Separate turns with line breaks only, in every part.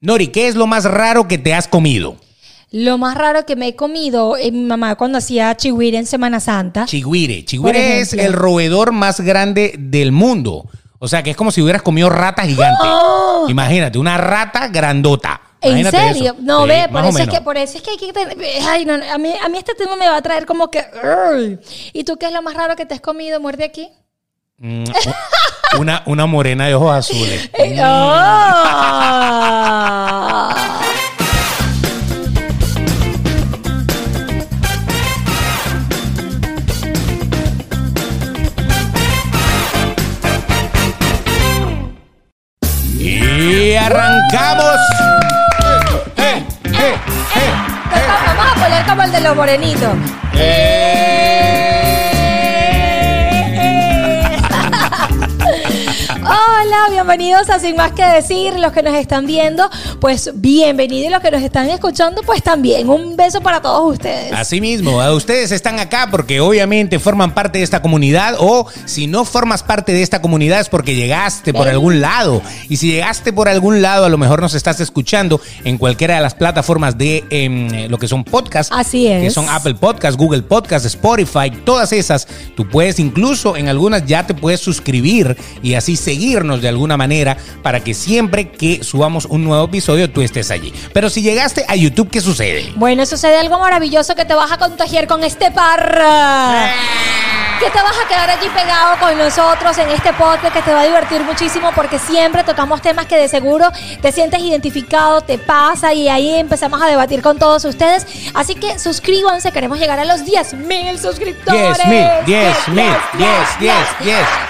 Nori, ¿qué es lo más raro que te has comido?
Lo más raro que me he comido es mi mamá cuando hacía chihuire en Semana Santa.
Chigüire. Chigüire es
ejemplo.
el roedor más grande del mundo. O sea, que es como si hubieras comido rata gigante. Imagínate, una rata grandota.
¡Oh! ¿En
Imagínate
serio?
eso.
No,
Sí,
ve, por
más o
eso, es
menos.
que, por eso es que hay que tener... Ay, no, no, a, mí, a mí este tema me va a traer como que... "Ur". ¿Y tú qué es lo más raro que te has comido? Muerde aquí.
Mm, u- una, una morena de ojos azules.
Eh, ah.
Y arrancamos. Eh, eh, eh,
Vamos a poner como el de los morenitos.
Eh.
Hola, bienvenidos a Sin Más Que Decir. Los que nos están viendo, pues bienvenidos. Y los que nos están escuchando, pues también. Un beso para todos ustedes.
Así mismo, a ustedes están acá porque obviamente forman parte de esta comunidad o si no formas parte de esta comunidad es porque llegaste por
Ven.
algún lado. Y si llegaste por algún lado, a lo mejor nos estás escuchando en cualquiera de las plataformas de em, lo que son podcasts.
Así es.
Que son Apple Podcasts, Google Podcasts, Spotify, todas esas. Tú puedes incluso en algunas ya te puedes suscribir y así seguirnos de alguna manera para que siempre que subamos un nuevo episodio tú estés allí. Pero si llegaste a YouTube, ¿qué sucede?
Bueno, sucede algo maravilloso que te vas a contagiar con este parra. Que te vas a quedar allí pegado con nosotros en este podcast que te va a divertir muchísimo porque siempre tocamos temas que de seguro te sientes identificado, te pasa y ahí empezamos a debatir con todos ustedes. Así que suscríbanse, queremos llegar a los 10 mil suscriptores.
10.000, 10.000, 10.000.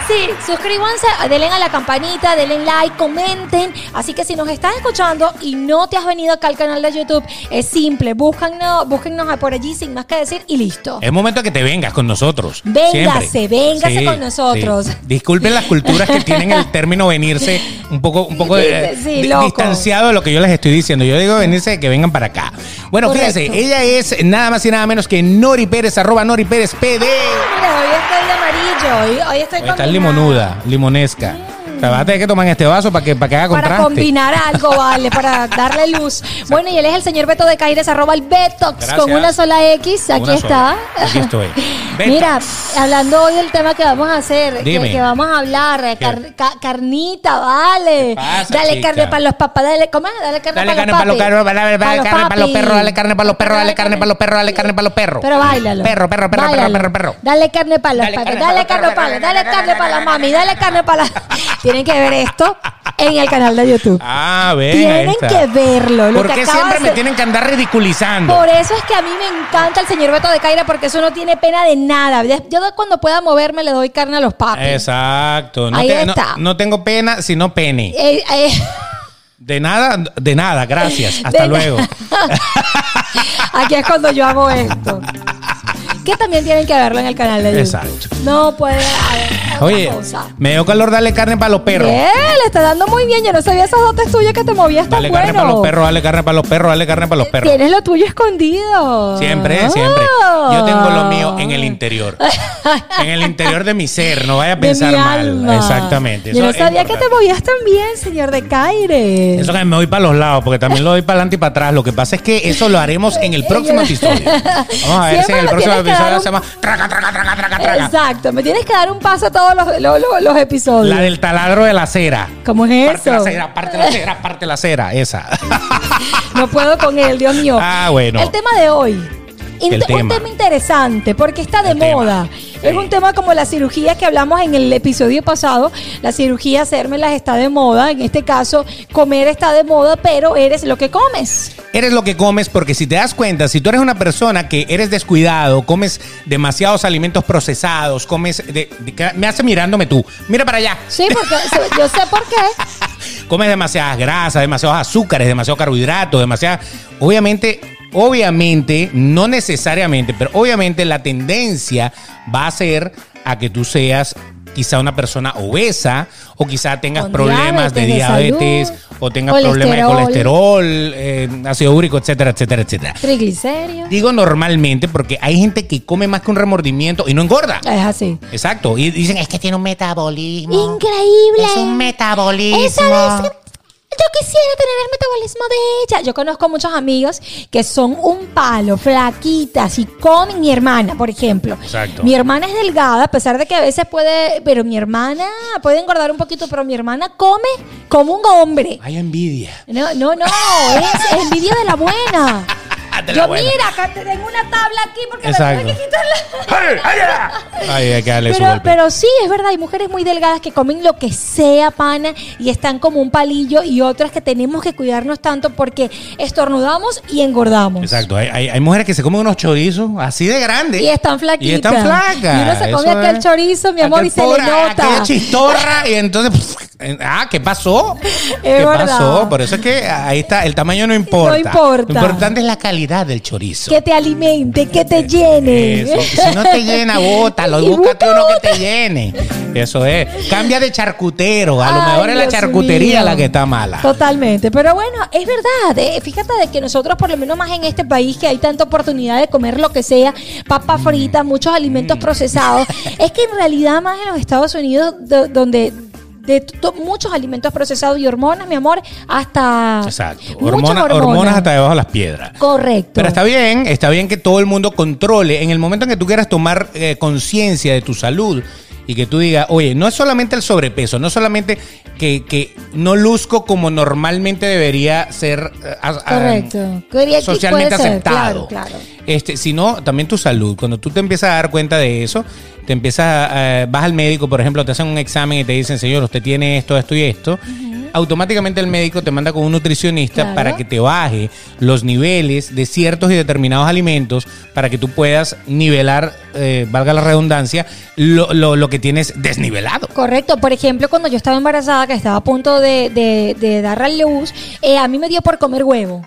Sí, suscríbanse, denle a la campanita, denle like, comenten. Así que si nos estás escuchando y no te has venido acá al canal de YouTube, es simple, búscanos, búsquennos por allí sin más que decir y listo.
Es momento que te vengas con nosotros.
Véngase,
siempre.
véngase con nosotros.
Disculpen las culturas que tienen el término venirse un poco, un poco de-
Sí,
de-
loco.
distanciado de lo que yo les estoy diciendo. Yo digo venirse de que vengan para acá. Bueno,
Correcto.
fíjense, ella es nada más y nada menos que Nori Pérez, arroba Nori Pérez PD.
Mira, hoy estoy de amarillo, hoy, hoy estoy
Ahí está
combinada.
limonuda, limonesca. Te vas a tener que tomar en este vaso para que, para que haga
Mm. Para
contraste.
combinar algo, vale, para darle luz. Bueno, y él es el señor Beto de Caires, arroba el Betox
Gracias.
con una sola X. Aquí
Una
está.
sola. Aquí estoy. Betox.
Mira, hablando hoy del tema que vamos a hacer, que,
Dime.
que vamos a hablar, car- ca- carnita, vale.
¿Qué pasa,
dale
chica?
carne para los papás, dale, ¿cómo es? Dale carne,
Dale carne
para
para los
los
perros, dale carne
papis.
para los perros, dale carne para los perros, dale carne para los perros, dale carne para los perros.
Pero báilalo.
Perro, perro, perro, perro,
Báilalo.
perro, perro.
Dale carne para los
Dale
papis,
carne pa'
dale
los
carne
perros,
para
dale
dale
carne
carne
pa'
para la
los
mami,
perros.
dale carne para la... Tienen que ver esto en el canal de YouTube.
Ah, ven. ahí
Tienen
está.
que verlo. Lo
¿Por
que
qué
acaba
siempre
de
me
hacer-
tienen que andar ridiculizando?
Por eso es que a mí me encanta el señor Beto de Caira porque eso no tiene pena de nada. Yo de- cuando pueda moverme le doy carne a los papis.
Exacto. No,
Ahí
te- no-
está.
no tengo pena, sino pene.
Eh, eh,
De nada, de nada, gracias. Hasta
de-
luego.
Aquí es cuando yo hago esto. Que también tienen que verlo en el canal de YouTube.
Exacto.
No puede haber
Oye,
otra cosa.
me dio calor darle carne para los perros.
Bien, le está dando muy bien. Yo no sabía esos dotes tuyos que te movías tan
Dale
bueno.
carne para los perros, dale carne para los perros, dale carne para los perros.
Tienes lo tuyo escondido.
Siempre,
Ah.
siempre. Yo tengo lo mío en el interior. En el interior de mi ser, no vaya a
De
pensar
mi
mal.
alma.
Exactamente.
Yo
Eso
no
es
sabía que te
importante.
movías tan bien, señor de Caire.
Eso que me voy para los lados, porque también lo doy para adelante y para atrás. Lo que pasa es que eso lo haremos en el próximo episodio. Vamos a ver si en
Siempre
el próximo
le tienes que dar
episodio
un-
se llama traca, traca, traca, traca, traca.
Exacto, me tienes que dar un paso todos los, los, los- los episodios.
La del taladro de la cera.
¿Cómo es
Parte la
eso?
cera, parte la cera, parte la cera. Esa.
No puedo con él, Dios mío.
Ah, bueno.
El tema de hoy.
El
Int- Un
tema.
tema interesante porque está de
El tema.
moda. Es
Sí.
un tema como la cirugía que hablamos en el episodio pasado. La cirugía hacérmelas está de moda. En este caso, comer está de moda, pero eres lo que comes.
Eres lo que comes porque si te das cuenta, si tú eres una persona que eres descuidado, comes demasiados alimentos procesados, comes... de- de- me hace mirándome tú. Mira para allá.
Sí, porque se- yo sé por qué.
comes demasiadas grasas, demasiados azúcares, demasiados carbohidratos, demasiadas. Obviamente, obviamente, no necesariamente, pero obviamente la tendencia va a ser a que tú seas quizá una persona obesa o quizá tengas
Con
problemas de
diabetes, de
diabetes
salud,
o tengas problemas de colesterol, eh, ácido úrico, etcétera, etcétera, etcétera.
Triglicéridos.
Digo normalmente porque hay gente que come más que un remordimiento y no engorda.
Es así.
Exacto. Y dicen, es que tiene un metabolismo.
Increíble.
Es un metabolismo.
Eso es- yo quisiera tener el metabolismo de ella. Yo conozco muchos amigos que son un palo, flaquitas y comen. Mi hermana, por ejemplo.
Exacto.
Mi hermana es delgada, a pesar de que a veces puede, pero mi hermana puede engordar un poquito, pero mi hermana come como un hombre.
Hay envidia.
No, no, no, es envidia de la buena.
De la
Yo,
buena.
mira, acá te tengo una tabla aquí porque me
Exacto.
tuve que quitarla.
¡Ay, ay, ay! Ay, hay que darle su
Pero,
golpe.
pero sí, es verdad, hay mujeres muy delgadas que comen lo que sea, pana, y están como un palillo, y otras que tenemos que cuidarnos tanto porque estornudamos y engordamos.
Exacto, hay, hay- hay mujeres que se comen unos chorizos así de grandes.
Y están flaquitas.
Y están flacas.
Y uno se come
Eso
aquel
es.
chorizo, mi amor,
Aquel
y se
pobre-
le nota.
Aquella chistorra y entonces... pff, ah, ¿qué pasó? ¿Qué
verdad.
pasó? Por eso es que ahí está, el tamaño no importa.
importa.
Lo importante es la calidad del chorizo.
Que te alimente, que te llene.
Eso. Si no te llena, bótalo.
Y
Y búscate
busca
uno que
otra.
te llene. Eso es. Cambia de charcutero. Pues A lo
Ay,
mejor es la
Dios
charcutería
mío.
la que está mala.
Totalmente, pero bueno, es verdad. eh, Fíjate de que nosotros, por lo menos más en este país, que hay tanta oportunidad de comer lo que sea,
Mm.
papas fritas, muchos alimentos procesados, es que en realidad más en los Estados Unidos, do- donde de to- muchos alimentos procesados y hormonas, mi amor, hasta...
Exacto.
muchas
Hormona- hormonas hasta debajo de las piedras.
Correcto.
Pero está bien, está bien que todo el mundo controle. En el momento en que tú quieras tomar eh, conciencia de tu salud y que tú digas, oye, no es solamente el sobrepeso, no es solamente que, que no luzco como normalmente debería ser eh, a- a-
Correcto. Quería que
socialmente
puede ser,
aceptado.
claro, claro.
Este, sino también tu salud. Cuando tú te empiezas a dar cuenta de eso, te empiezas, a- a- vas al médico, por ejemplo, te hacen un examen y te dicen, señor, usted tiene esto, esto y esto. Automáticamente el médico te manda con un nutricionista
Claro.
para que te baje los niveles de ciertos y determinados alimentos para que tú puedas nivelar, eh, valga la redundancia, lo, lo- lo que tienes desnivelado.
Correcto, por ejemplo, cuando yo estaba embarazada, que estaba a punto de, de, de dar a luz, eh, a mí me dio por comer huevo.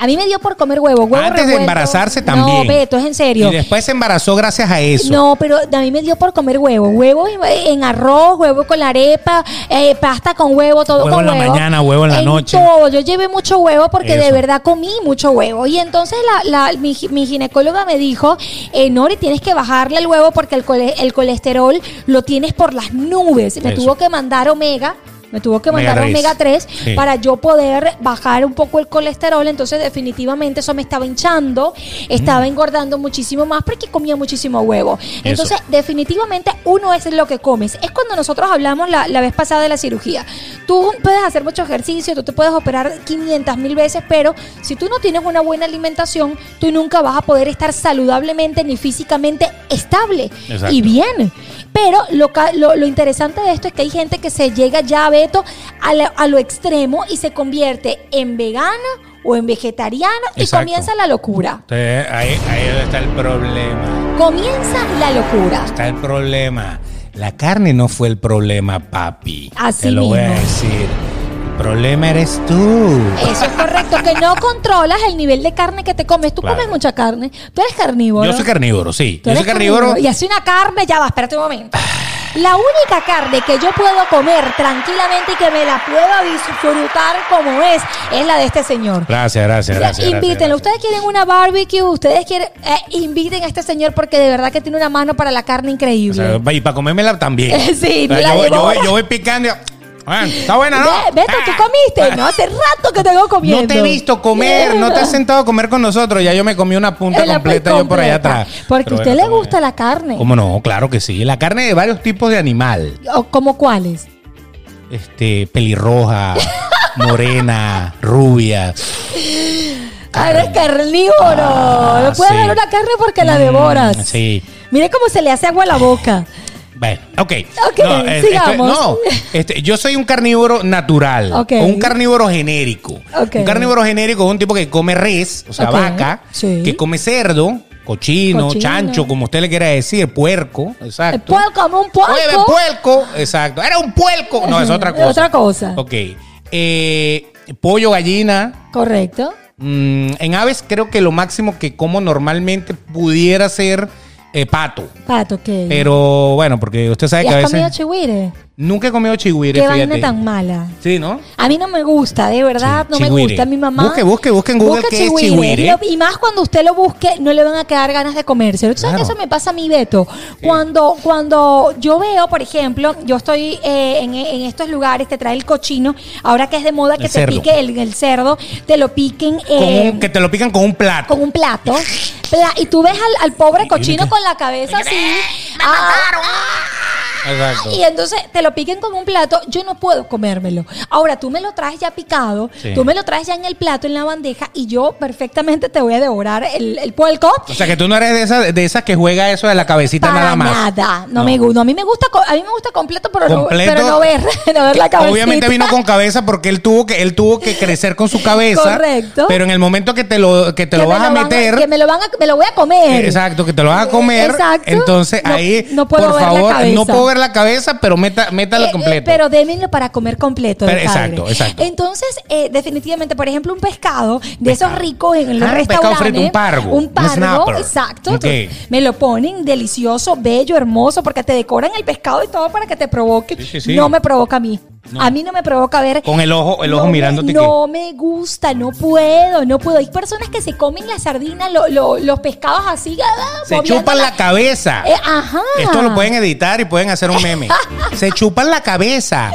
A mí me dio por comer huevo. huevo
Antes
revuelto.
de embarazarse
No,
también.
Beto, es en serio.
Y después se embarazó gracias a eso.
No, pero a mí me dio por comer huevo. Huevo en- en arroz, huevo con la arepa, eh, pasta con huevo, todo
Huevo
con
en la mañana, huevo en la noche.
todo. Yo llevé mucho huevo porque de
Eso.
verdad comí mucho huevo. Y entonces la, la- mi, gi- mi ginecóloga me dijo, eh, Nori, tienes que bajarle el huevo porque el, cole- el colesterol lo tienes por las nubes. Me
Eso.
tuvo que mandar omega. Me tuvo que
Omega
mandar
tres.
omega 3
Sí.
para yo poder bajar un poco el colesterol, entonces definitivamente eso me estaba hinchando, estaba engordando muchísimo más porque comía muchísimo huevo. Entonces, definitivamente uno es lo que comes. Es cuando nosotros hablamos la, la vez pasada de la cirugía. Tú puedes hacer mucho ejercicio, tú te puedes operar 500 mil veces, pero si tú no tienes una buena alimentación, tú nunca vas a poder estar saludablemente ni físicamente estable
Exacto.
y bien. Pero lo, ca- lo, lo interesante de esto es que hay gente que se llega ya, Beto, a, la- a lo extremo y se convierte en vegana o en vegetariana y
Exacto.
comienza la locura.
Entonces, ahí, ahí está el problema.
Comienza la locura.
está el problema. La carne no fue el problema, papi.
Así
Te lo voy a
mismo.
decir. El problema eres tú.
Eso es correcto, que no controlas el nivel de carne que te comes. Tú
Claro.
comes mucha carne. Tú eres carnívoro.
Yo soy carnívoro, sí.
Tú
Yo
eres
soy carnívoro.
Y así una carne, ya va, espérate un momento. La única carne que yo puedo comer tranquilamente y que me la puedo disfrutar como es, es la de este señor.
Gracias, gracias,
O sea,
gracias.
invítenlo.
gracias,
Ustedes quieren una barbecue, ustedes quieren. eh, inviten a este señor porque de verdad que tiene una mano para la carne increíble.
gracias. O sea, y para comérmela también.
Sí,
O sea,
tú la
yo, voy- yo voy,
devoras.
yo voy picando. y- Ah, está buena, ¿no?
Ve- Beto, ¿qué
Ah.
comiste? No, hace rato que tengo comiendo.
No te he visto comer, no te has sentado a comer con nosotros. Ya yo me comí una punta
Eh, la
completa,
pues
yo por allá
completa.
atrás.
Porque
Pero
a usted
bueno,
le gusta la carne.
¿Cómo no? Claro que sí. La carne de varios tipos de animal.
¿O como cuáles?
este, pelirroja, morena, rubia.
Ah, eres carnívoro.
Ah,
no puedes
sí.
ver una carne porque la
Mm,
devoras.
sí.
Mire cómo se le hace agua a la boca.
Bueno, ok.
Ok,
eh,
sigamos.
esto- no, este, yo soy un carnívoro natural.
Ok.
o Un carnívoro genérico.
Ok.
Un carnívoro genérico es un tipo que come res, o sea,
Ok,
vaca,
sí.
que come cerdo, cochino,
Cochino.
chancho, como usted le quiera decir, puerco,
El
exacto.
puerco, como un puerco.
Oye, puerco, exacto. Era un puerco. No, es otra cosa.
Otra cosa.
Ok. Eh, pollo, gallina.
Correcto.
Mm, en aves creo que lo máximo que como normalmente pudiera ser eh, pato.
Pato, ok.
Pero bueno, porque usted sabe
¿Y
que a
has
veces.
comido chihuire?
Nunca he comido chihuire,
Qué vaina
fíjate.
tan mala.
Sí, ¿no?
A mí no me gusta, de verdad,
Sí,
no me
chigüire.
gusta. Mi mamá.
Busque, busque, busque en Google qué es chigüire.
Lo- Y más cuando usted lo busque, no le van a quedar ganas de comérselo. ¿Tú sabes
Claro.
que eso me pasa a mí, Beto? Cuando, cuando yo veo, por ejemplo, yo estoy eh, en, en estos lugares, te trae el cochino, ahora que es de moda que
El
te
cerdo.
pique el, el cerdo, te lo piquen.
Con
eh,
un- que te lo pican con un plato.
con un plato pla- y tú ves al, al pobre cochino con la cabeza así ah,
Exacto.
y entonces te lo piquen con un plato yo no puedo comérmelo ahora tú me lo traes ya picado
Sí.
tú me lo traes ya en el plato en la bandeja y yo perfectamente te voy a devorar el, el puerco
O sea, que tú no eres de esas, de esas que juega eso de la cabecita
para
nada más.
nada. no,
No.
me gusta a mí me gusta co- a mí me gusta completo pero,
Completo.
No, pero no ver no ver la cabecita
Obviamente vino con cabeza porque él tuvo que él tuvo que crecer con su cabeza.
Correcto.
Pero en el momento que te lo que te
Que
lo
me
vas a
van
meter,
que me lo van a me lo voy a comer
exacto, que te lo vas a comer,
Exacto.
entonces
No-
ahí
no puedo
por
ver la
favor,
cabeza.
no puedo ver la cabeza, pero meta métalo
Eh, eh,
completo.
pero démenlo para comer completo.
Pero-
compadre.
exacto, exacto.
Entonces, eh, definitivamente, por ejemplo, un pescado
Pescado.
de esos ricos en los
Ah, un
restaurantes.
pescado frito, un pargo,
Un
un
pargo,
snapper.
exacto.
Ok.
Me lo ponen delicioso, bello, hermoso, porque te decoran el pescado y todo para que te provoque.
Sí, sí, sí.
No me provoca a mí.
No.
A mí no me provoca ver.
Con el ojo, el ojo
no
mirándote
Me, no me gusta, no puedo, no puedo. Hay personas que se comen la sardina, lo- lo- los pescados así. ah,
Se
moviéndola.
chupan la cabeza.
Eh, ajá.
Esto lo pueden editar y pueden hacer un meme. Se chupan la cabeza.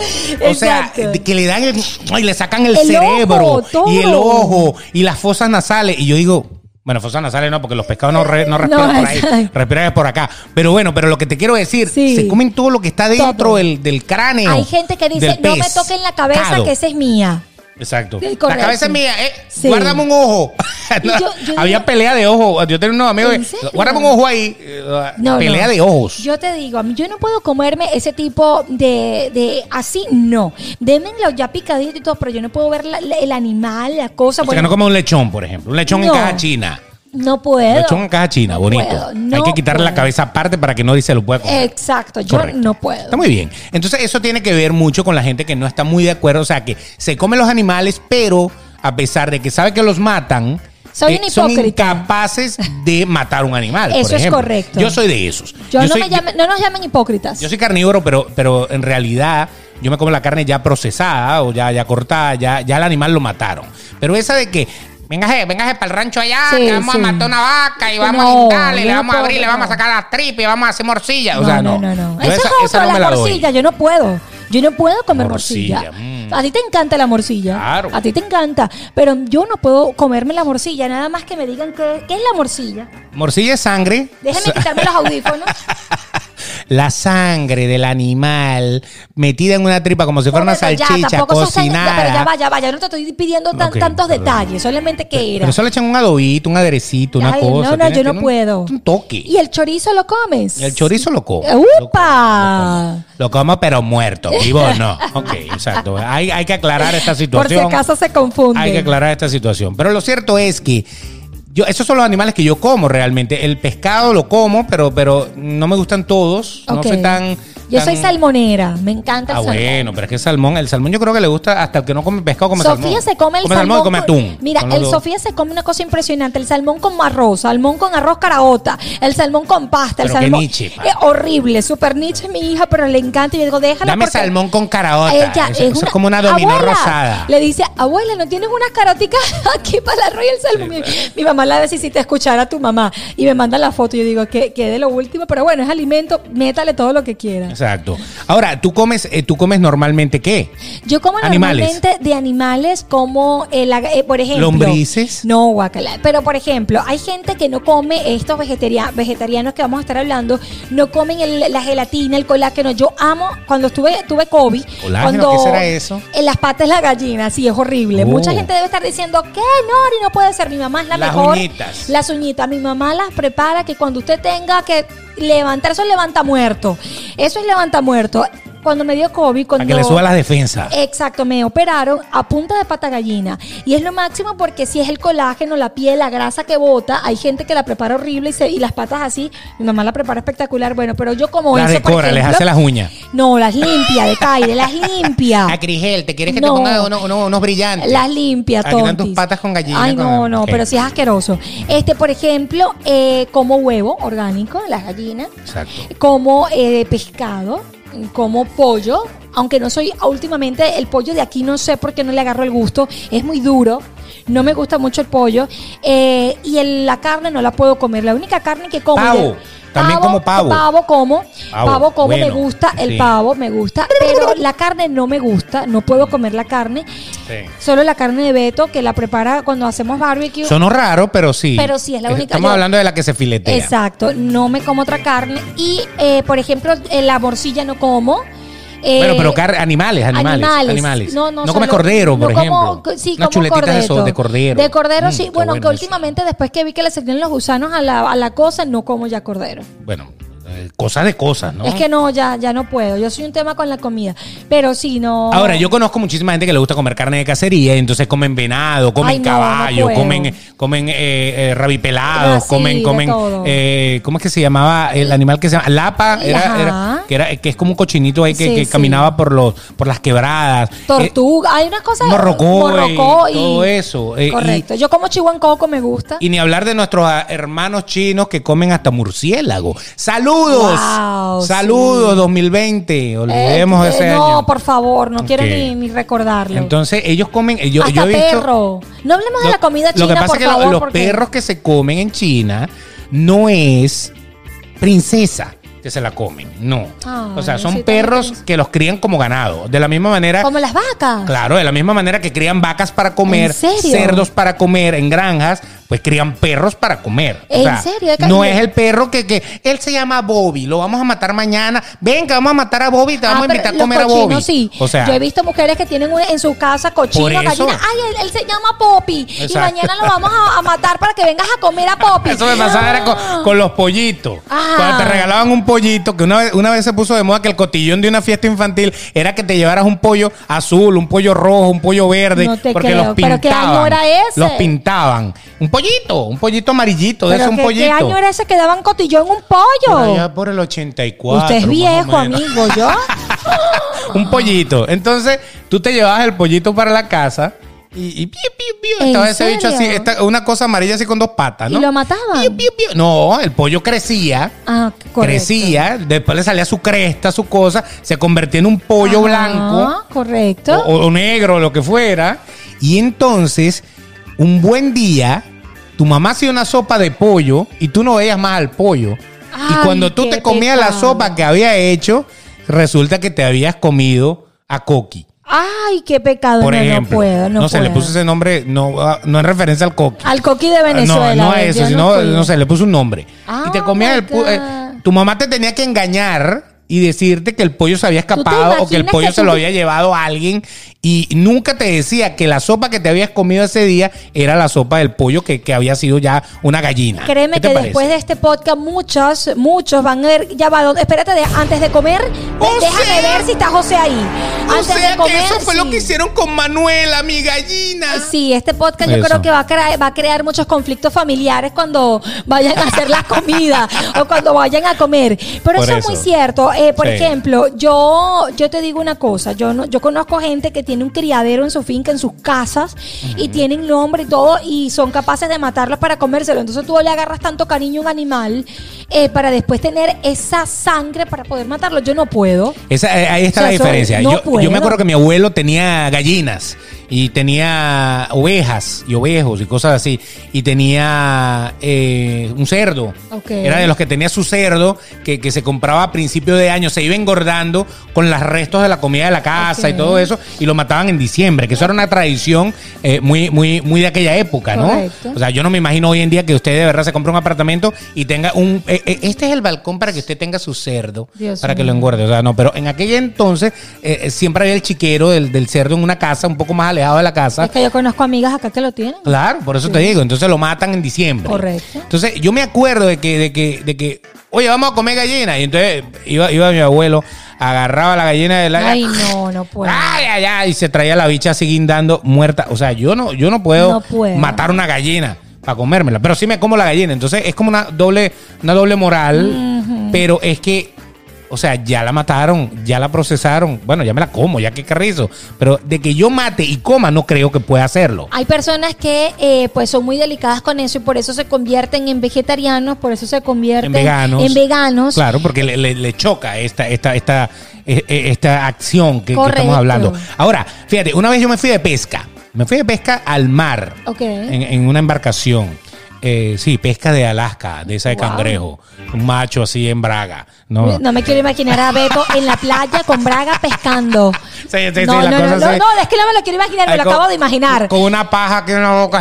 O sea,
Exacto.
que le dan el, y le sacan el,
El
cerebro
ojo, todo.
y el ojo y las fosas nasales. Y yo digo, bueno, fosas nasales no, porque los pescados no, re- no respiran por ahí,
exacto.
respiran por acá. Pero bueno, pero lo que te quiero decir,
Sí.
se comen todo lo que está dentro
Todo.
del, del cráneo.
Hay gente que dice,
del
no me
pez,
toquen la cabeza,
cado".
que esa es mía.
Exacto.
Sí,
La
correcto.
cabeza es mía, eh.
Sí.
Guárdame un ojo.
Y yo- yo
Había
digo-
pelea de ojos. Yo tenía unos amigos.
¿En
que,
serio?
Guárdame un ojo ahí. eh,
No,
pelea
no.
de ojos.
Yo te digo, a mí yo no puedo comerme ese tipo de, de así, no. Démenlo ya picadito y todo, pero yo no puedo ver la- la- el animal, la
O sea,
cosa.
que
bueno,
no come un lechón, por ejemplo. Un lechón
No.
en caja china.
no puedo.
Un lechón en caja china,
No
bonito.
puedo, no
Hay que quitarle la
puedo.
cabeza aparte para que no se lo pueda comer.
Exacto, yo
Correcto.
no puedo.
Está muy bien. Entonces, eso tiene que ver mucho con la gente que no está muy de acuerdo. O sea, que se come los animales, pero a pesar de que sabe que los matan, eh,
Soy un
son
hipócrita.
incapaces de matar un animal. por
Eso es
ejemplo.
correcto.
Yo soy de esos.
Yo no,
soy-
me llamen- no nos llamen hipócritas.
yo soy carnívoro, pero, pero en realidad yo me como la carne ya procesada o ya, ya cortada, ya, ya el animal lo mataron. Pero esa de que, vengaje, vengaje para el rancho allá,
Sí,
que vamos a
sí.
matar una vaca y
No,
vamos a guindarle,
yo
le
no
vamos a
puedo,
abrir, le
no.
vamos a sacar las tripas y vamos a hacer morcilla.
no,
o sea,
no,
no.
no,
Yo
no. Eso es
esa-
otro,
esa no
la,
me la doy.
morcilla, yo no puedo. Yo no puedo comer morcilla.
Morcilla, mm.
A ti te encanta la morcilla.
Claro.
A ti te encanta. Pero yo no puedo comerme la morcilla. Nada más que me digan qué, qué es la morcilla.
Morcilla es sangre.
Déjenme
O sea,
quitarme los audífonos.
La sangre del animal metida en una tripa como si fuera una
Pero ya,
salchicha
tampoco sos tan-
cocinada.
ya, pero ya va, ya va, ya no te estoy pidiendo tan-
Ok,
tantos
perdón.
detalles, solamente que era.
Pero eso le echan un adobito, un aderecito, una
Ay,
cosa.
no, no,
Tiene-
yo
tiene
no
un-
puedo.
Un toque.
¿Y el chorizo lo comes?
El chorizo lo como.
¡Upa!
Lo
ah.
como, lo como, pero muerto. Vivo no. Ok, exacto. Hay, hay que aclarar esta
Por si
situación.
acaso se confunde.
Hay que aclarar esta situación. Pero lo cierto es que yo, esos son los animales que yo como realmente. El pescado lo como, pero, pero no me gustan todos. No soy tan.
Yo
tan-
soy salmonera, me encanta el
Ah,
salmón.
bueno, pero es que el salmón, el salmón yo creo que le gusta hasta el que no come pescado, come salmón.
Sofía se come el salmón.
y come
con-
atún.
Mira,
Son los
el
dos.
Sofía se come una cosa impresionante. El salmón con arroz, salmón con arroz caraota, el salmón con pasta, el
Pero qué
salmón.
niche, pa.
Eh, horrible, super niche mi hija, pero le encanta. Y yo digo, déjala
Dame
porque
salmón con caraota.
ella
Eso- eso es como una dominó
Abuela,
rosada.
Le dice, abuela, ¿no tienes unas caroticas aquí para el arroz y el salmón? Mi-
pues.
mi, mamá la dice, si te escuchara tu mamá. Y me manda la foto. Yo digo, que, que de lo último, pero bueno, es alimento, métale todo lo que quieras.
Exacto. Ahora, ¿tú comes, eh, ¿tú comes normalmente qué?
Yo como
Animales.
normalmente de animales como, el ag- eh, por ejemplo...
¿Lombrices?
No, guacala. Pero, por ejemplo, hay gente que no come estos vegetaria- vegetarianos que vamos a estar hablando, no comen el- la gelatina, el colágeno. Yo amo, cuando estuve tuve COVID...
Colágeno,
cuando,
¿qué será eso?
En las patas de la gallina, sí, es horrible.
Oh.
Mucha gente debe estar diciendo, ¿qué? No, no puede ser. Mi mamá es la
Las
mejor.
uñitas.
Las uñitas. Mi mamá las prepara que cuando usted tenga que levantar, eso es levanta muerto. Eso es levanta muerto. cuando me dio COVID, cuando...
Para que le suba las defensas.
Exacto, me operaron a punta de pata gallina. Y es lo máximo porque si es el colágeno, la piel, la grasa que bota, hay gente que la prepara horrible y, se- y las patas así. Mi mamá la prepara espectacular. Bueno, pero yo como
Las
eso, por
decora, les
ejemplo-
hace las uñas.
No, las limpia, de caire, las limpia.
Crigel, ¿te quieres
No.
unos brillantes?
Las limpia,
Aquí están
tontis.
tus patas con gallina,
Ay,
con-
no, no,
Ok.
pero sí es asqueroso. Este, por ejemplo, eh, como huevo orgánico, las gallinas.
Exacto.
Como eh, pescado, como pollo. Aunque no soy, últimamente el pollo de aquí no sé por qué no le agarro el gusto. Es muy duro. No me gusta mucho el pollo. Eh, y el- la carne no la puedo comer. La única carne que como.
Pavo.
de-
También como pavo.
Pavo como.
Pavo,
Pavo, como me
bueno,
gusta. El
sí.
pavo me gusta. Pero la carne no me gusta. No puedo comer la carne.
Sí.
Solo la carne de Beto que la prepara cuando hacemos barbecue.
Sonó raro, pero sí.
Pero sí, es la única-
Estamos
yo-
hablando de la que se filetea.
Exacto, no me como otra carne. Y, eh, por ejemplo, eh, la morcilla no como. Eh,
Bueno, pero car- animales, animales, animales.
animales.
No,
No, no,
comes
solo-
cordero, por
no
ejemplo.
como- sí,
Unas
como
chuletitas
cordero.
de, so- de cordero.
De cordero,
Mm,
sí.
qué
Bueno, aunque
eso.
últimamente, después que vi que le salían los gusanos a la, a la cosa, no como ya cordero.
Bueno, eh, cosas de cosas, ¿no?
Es que no, ya, ya no puedo. Yo soy un tema con la comida. Pero sí, no.
Ahora, yo conozco muchísima gente que le gusta comer carne de cacería, y entonces comen venado, comen
Ay, no, no
caballo,
puedo.
comen, comen eh, eh, rabipelados,
Ah, sí,
comen,
de
comen,
todo.
eh, ¿cómo es que se llamaba el animal que se llama? Lapa, era,
Ajá.
era- que era, que es como un cochinito ahí que,
Sí,
que
sí.
caminaba por los, por las quebradas. Eh,
Tortuga, hay una cosa.
morrocoy,
morrocoy y-
todo eso, eh, y-
correcto. yo como chihuahua en coco, me gusta.
y ni hablar de nuestros ah, hermanos chinos que comen hasta murciélago. ¡Saludos!
Wow,
¡Saludos
sí.
2020! Olvidemos
Eh,
ese
eh, no,
año.
por favor, no quiero
Ok.
ni, ni recordarlo.
Entonces, ellos comen. eh, Yo,
Hasta
yo he visto,
perro. No hablemos de
Lo-
la comida china,
Lo que pasa
por
es que lo-
favor.
los
porque-
perros que se comen en China no es princesa que se la comen, no.
Ay,
o sea,
sí,
son
también
perros
princesa.
que los crían como ganado. De la misma manera,
Como las vacas.
claro, de la misma manera que crían vacas para comer,
¿En serio?
cerdos para comer en granjas, pues crían perros para comer. O
¿En
sea,
serio? Es que-
No es el perro que, que él se llama Bobby, lo vamos a matar mañana. Venga, vamos a matar a Bobby, te
Ah,
vamos a
pero
invitar a
los
comer a
cochinos
Bobby.
sí.
O sea,
yo he visto mujeres que tienen un- en su casa cochino,
Por eso.
gallina. Ay, él, él se llama Poppy. Y
Exacto.
mañana lo vamos a, a matar para que vengas a comer a Poppy.
Eso me pasaba era con, con los pollitos.
Ah.
Cuando te regalaban un pollito, que una vez, una vez se puso de moda que el cotillón de una fiesta infantil era que te llevaras un pollo azul, un pollo rojo, un pollo verde.
No te
porque
creo.
los pintaban.
¿Pero qué año era ese?
Los pintaban. Un pollito, un pollito amarillito, de
Pero
ese un
¿qué-
pollito.
¿Qué año era ese que daban cotillón un
Por
pollo?
allá por el 84.
Usted es
más o
viejo,
menos.
amigo. Yo.
Un pollito. Entonces, tú te llevabas el pollito para la casa y, y piu, piu, piu,
¿En
estaba ese bicho así,
serio?
esta- una cosa amarilla así con dos patas, ¿no?
¿Y lo mataban?
Piu, piu, piu. No, el pollo crecía.
Ah, correcto.
Crecía, después le salía su cresta, su cosa, se convertía en un pollo
Ajá,
blanco o,
Ah, Correcto.
o negro, lo que fuera. Y entonces, un buen día, tu mamá hacía una sopa de pollo y tú no veías más al pollo.
Ay,
y cuando tú
qué
te comías la
pecado.
sopa que había hecho, resulta que te habías comido a Coqui.
Ay, qué pecado.
Por
no,
ejemplo,
no puedo, no,
se le
puedo.
puso ese nombre, no, ah, no en referencia al Coqui.
Al coquí de Venezuela.
Ah, No, no a
¿ves?
eso,
Yo
sino, no,
fui.
sé, le puso un nombre.
Ah,
y te comías
my
el pu-
God.
eh, Tu mamá te tenía que engañar y decirte que el pollo se había
te
escapado o que el
imaginas
pollo
que
se
tú
lo
te-
había llevado a alguien y nunca te decía que la sopa que te habías comido ese día era la sopa del pollo que, que había sido ya una gallina.
Créeme
¿Qué te
que
parece?
después de este podcast, muchos, muchos van a ver. Ya va, ¿dónde? espérate, de- antes de comer, ve-
O sea-
déjame ver si está José ahí.
O
Antes
sea
de comer.
que eso fue lo
sí.
que hicieron con Manuela, mi gallina.
Sí, este podcast yo
Eso.
creo que va a, crea- va a crear muchos conflictos familiares cuando vayan a hacer la comida o cuando vayan a comer. Pero
Por
eso, es
eso.
muy cierto. Eh, por
Sí.
ejemplo, yo, yo te digo una cosa. Yo no, yo conozco gente que tiene un criadero en su finca, en sus casas, y tienen nombre y todo, y son capaces de matarlos para comérselo. Entonces tú le agarras tanto cariño a un animal eh, para después tener esa sangre para poder matarlo. Yo no puedo.
Esa, eh, ahí está
O sea,
la
eso
diferencia.
no
yo, yo me
puedo.
acuerdo que mi abuelo tenía gallinas y tenía ovejas y ovejos y cosas así. Y tenía eh, un cerdo.
Ok.
Era de los que tenía su cerdo que, que se compraba a principio de año. Se iba engordando con los restos de la comida de la casa y
Ok.
todo eso. Y lo mataban en diciembre, que eso era una tradición eh, muy, muy, muy de aquella época, ¿no?
Correcto.
O sea, yo no me imagino hoy en día que usted de verdad se compre un apartamento y tenga un... eh, eh, este es el balcón para que usted tenga su cerdo,
Dios
para que
mío.
lo engorde. O sea, no, pero en aquel entonces eh, eh, siempre había el chiquero del, del cerdo en una casa, un poco más alejado de la casa.
Es que yo conozco amigas acá que lo tienen.
Claro, por eso te digo. Entonces lo matan en diciembre.
Correcto.
Entonces yo me acuerdo de que, de que, de que, oye, vamos a comer gallina. Y entonces iba, iba mi abuelo agarraba la gallina de la...
Ay, no, no puedo.
Ay, ay, ay, y se traía la bicha así guindando muerta. O sea, yo no, yo no puedo,
No puedo.
matar una gallina para comérmela, pero sí me como la gallina. Entonces es como una doble, una doble moral, pero es que, o sea, ya la mataron, ya la procesaron. Bueno, ya me la como, ya que carrizo. Pero de que yo mate y coma, no creo que pueda hacerlo.
Hay personas que eh, pues son muy delicadas con eso y por eso se convierten en vegetarianos, por eso se convierten
En veganos.
en veganos.
Claro, porque le, le- le choca esta, esta, esta, eh, eh, esta acción que, que estamos
Correcto.
hablando. Ahora, fíjate, una vez yo me fui de pesca. Me fui de pesca al mar.
Ok.
En, en una embarcación. Eh, sí, pesca de Alaska, de esa de
Wow.
cangrejo. Un macho así en braga. No,
No. me quiero imaginar a Beto en la playa con Braga pescando.
Sí, sí, sí,
no,
la
no,
cosa
no, no,
se-
no, es que no me lo quiero imaginar, me lo
Con-
acabo de imaginar.
Con una paja que una boca.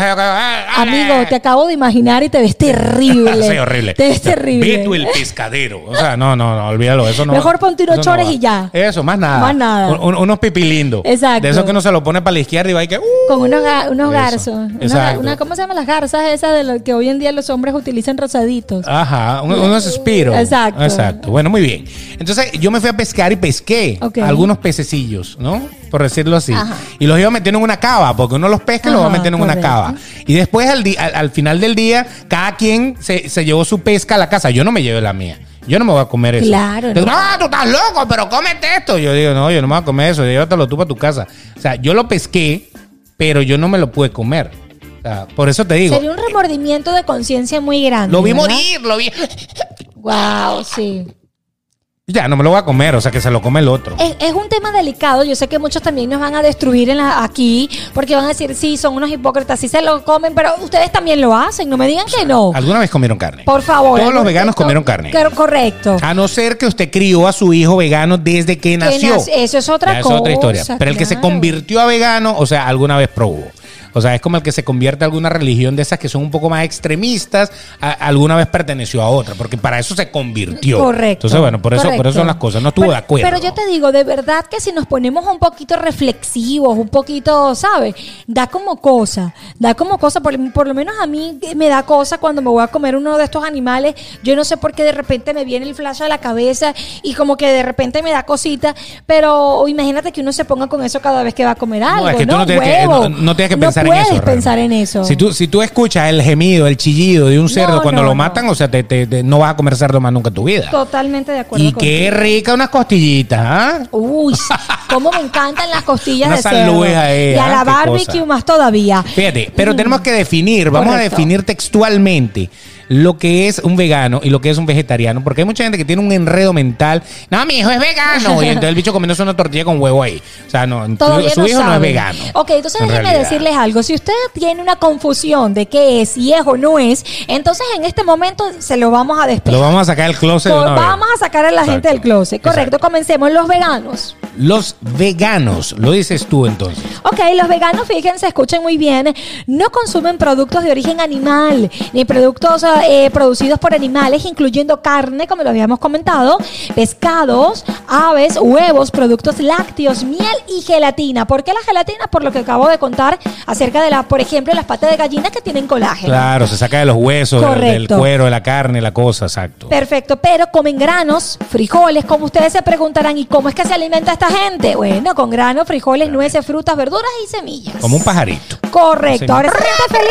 eh,
Amigo, te acabo de imaginar y te ves terrible.
Sí, horrible.
Te ves terrible.
Beto el pescadero. O sea, no, no, no, olvídalo. Eso no.
Mejor ponte unos
eso no
chores
va.
y ya.
Eso, más nada.
Más nada.
Un- un- unos pipilindos.
Exacto.
De esos que uno se lo pone para la izquierda y va y que. uh,
Con unos, ga- unos
Eso,
garzos. Unos ga-
exacto.
una- ¿Cómo se llaman las garzas esas de lo que hoy en día los hombres utilizan rosaditos?
Ajá, un- unos suspiros.
Exacto.
Exacto. Bueno, muy bien. Entonces, yo me fui a pescar y pesqué
Ok.
algunos pececillos, ¿no? Por decirlo así.
Ajá.
Y los iba metiendo en una cava, porque uno los pesca y los va
Ajá,
metiendo en una
correcto.
cava. Y después, al, di- al, al final del día, cada quien se, se llevó su pesca a la casa. Yo no me llevé la mía. Yo no me voy a comer eso.
Claro,
Entonces,
no.
Ah, tú estás loco, pero cómete esto. Yo digo, no, yo no me voy a comer eso. Llévatelo tú para tu casa. O sea, yo lo pesqué, pero yo no me lo pude comer. O sea, por eso te digo.
Sería un remordimiento de conciencia muy grande.
Lo vi morir, lo vi.
Wow, sí.
Ya, no me lo voy a comer, o sea que se lo come el otro.
Es, es un tema delicado. Yo sé que muchos también nos van a destruir en la- aquí porque van a decir, sí, son unos hipócritas, sí se lo comen, pero ustedes también lo hacen. No me digan que no.
¿Alguna vez comieron carne?
Por favor.
Todos los veganos
Esto-
comieron carne.
Cor- Correcto.
A no ser que usted crió a su hijo vegano desde que nació.
nace- eso es otra
Ya, eso otra historia.
cosa,
Pero el que se
claro.
convirtió a vegano, o sea, alguna vez probó. O sea, es como el que se convierte a alguna religión de esas que son un poco más extremistas, a- alguna vez perteneció a otra, porque para eso se convirtió.
Correcto.
Entonces, bueno, por eso, por eso
correcto.
son las cosas. No estuvo
Pero-
de acuerdo.
Pero yo te digo, de verdad que si nos ponemos un poquito reflexivos, un poquito, ¿sabes? Da como cosa, da como cosa, por, por lo menos a mí me da cosa cuando me voy a comer uno de estos animales. Yo no sé por qué de repente me viene el flash a la cabeza y como que de repente me da cosita, pero imagínate que uno se ponga con eso cada vez que va a comer algo.
No, es que tú no tienes, que, eh,
Huevo.
no- no tienes que pensar en
puedes
eso. realmente.
pensar en eso.
Si tú, si tú escuchas el gemido, el chillido de un cerdo
No,
cuando
no,
lo
no.
matan, o sea, te, te- te- no vas a comer cerdo más nunca en tu vida.
Totalmente de acuerdo.
Y
contigo.
qué rica unas costillitas, ¿ah?
Uy, sí, cómo me encantan las costillas
Unas
de cerdo.
alubias ahí,
y a
ah,
la
qué
barbecue
cosa.
más todavía. Mm,
Fíjate, pero tenemos que definir, vamos a
Correcto.
definir textualmente lo que es un vegano y lo que es un vegetariano, porque hay mucha gente que tiene un enredo mental. No, mi hijo es vegano. Y entonces el bicho comiéndose una tortilla con huevo ahí. O sea, no, tu-
Todavía
su
no
hijo no es
saben.
vegano.
Ok, entonces
en
déjenme
realidad.
decirles algo. Si usted tiene una confusión de qué es, si es o no es, entonces en este momento se lo vamos a
Lo
despejar.
vamos a sacar del closet. de
Co-
una vez.
Vamos a sacar a la gente del
Exacto.
closet. Correcto,
Exacto.
comencemos los veganos.
Los veganos, lo dices tú entonces.
Ok, los veganos, fíjense, escuchen muy bien, no consumen productos de origen animal, ni productos eh, producidos por animales, incluyendo carne, como lo habíamos comentado, pescados, aves, huevos, productos lácteos, miel y gelatina. ¿Por qué la gelatina? Por lo que acabo de contar acerca de, la, por ejemplo, las patas de gallina que tienen colágeno.
Claro, se saca de los huesos, del- del
Correcto.
cuero, de la carne, la cosa, exacto.
Perfecto, pero comen granos, frijoles, como ustedes se preguntarán, ¿y cómo es que se alimenta esta gente? Bueno, con granos, frijoles, nueces, frutas, verduras y semillas.
Como un pajarito.
Correcto,
Sí.
ahora esa gente feliz.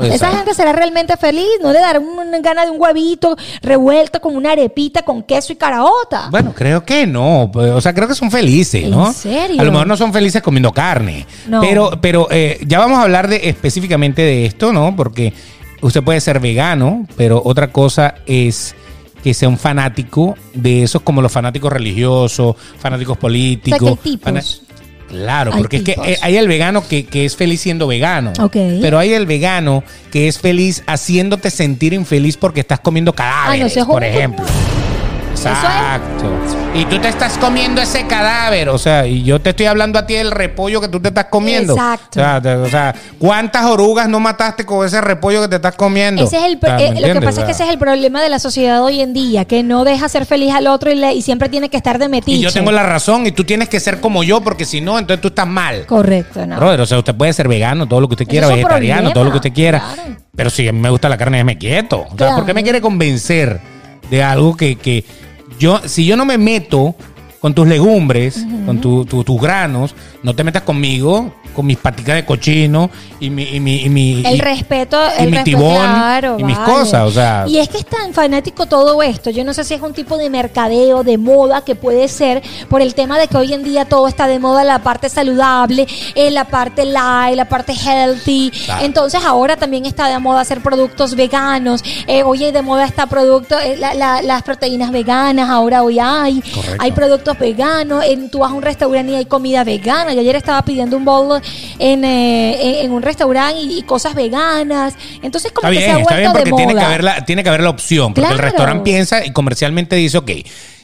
Esa
Exacto.
gente será realmente feliz, no le dará un- una gana de un huevito revuelto con una arepita con queso y caraota.
Bueno, creo que no. pues, O sea, creo que son felices,
¿En
¿no?
serio?
A lo mejor no son felices comiendo carne.
No.
Pero, pero eh, ya vamos a hablar de, específicamente de esto, ¿no? Porque usted puede ser vegano, pero otra cosa es que sea un fanático de esos como los fanáticos religiosos, fanáticos políticos.
O sea, que hay tipos.
Claro,
Hay
porque es que
tipos.
eh, hay el vegano que, que es feliz siendo vegano.
Ok.
Pero hay el vegano que es feliz haciéndote sentir infeliz porque estás comiendo cadáveres,
seas
por
joven.
ejemplo.
Eso es.
Exacto. Y tú te estás comiendo ese cadáver, o sea, y yo te estoy hablando a ti del repollo que tú te estás comiendo.
Exacto.
O sea, te- o sea, ¿cuántas orugas no mataste con ese repollo que te estás comiendo?
Ese es el, pro-
O sea,
eh,
Ah, ¿me
lo que
entiendes?
pasa es
O
que
sea,
ese es el problema de la sociedad hoy en día, que no deja ser feliz al otro y, le- y siempre tiene que estar de metiche.
Y yo tengo la razón y tú tienes que ser como yo porque si no, entonces tú estás mal.
Correcto, no.
Brother, o sea, usted puede ser vegano, todo lo que usted
Eso
quiera,
es un
vegetariano,
problema,
todo lo que usted quiera.
claro.
Pero si a mí me gusta la carne, me quieto. O sea, ¿por qué
Claro.
me quiere convencer de algo que, que yo, si yo no me meto con tus legumbres, con tu- tu- tus granos, no te metas conmigo, con mis paticas de cochino y mi... Y mi, y mi-
El
y-
respeto,
y
el
mi
respeto,
tibón,
claro,
y mis
vale.
cosas, o sea.
Y es que es tan fanático todo esto. Yo no sé si es un tipo de mercadeo, de moda que puede ser por el tema de que hoy en día todo está de moda, la parte saludable, eh, la parte light, la parte healthy.
Claro.
Entonces ahora también está de moda hacer productos veganos. Eh, oye, de moda está producto, eh, la- la- las proteínas veganas. Ahora hoy hay,
Correcto.
hay productos veganos. En, tú vas a un restaurante y hay comida vegana. Yo ayer estaba pidiendo un bowl en, eh, en- en un restaurante y, y cosas veganas. Entonces como
Está
que
bien,
se ha
está
vuelto
bien porque
de moda.
tiene que, haber la, tiene que haber la opción. Porque el
Claro.
restaurante piensa y comercialmente dice, ok,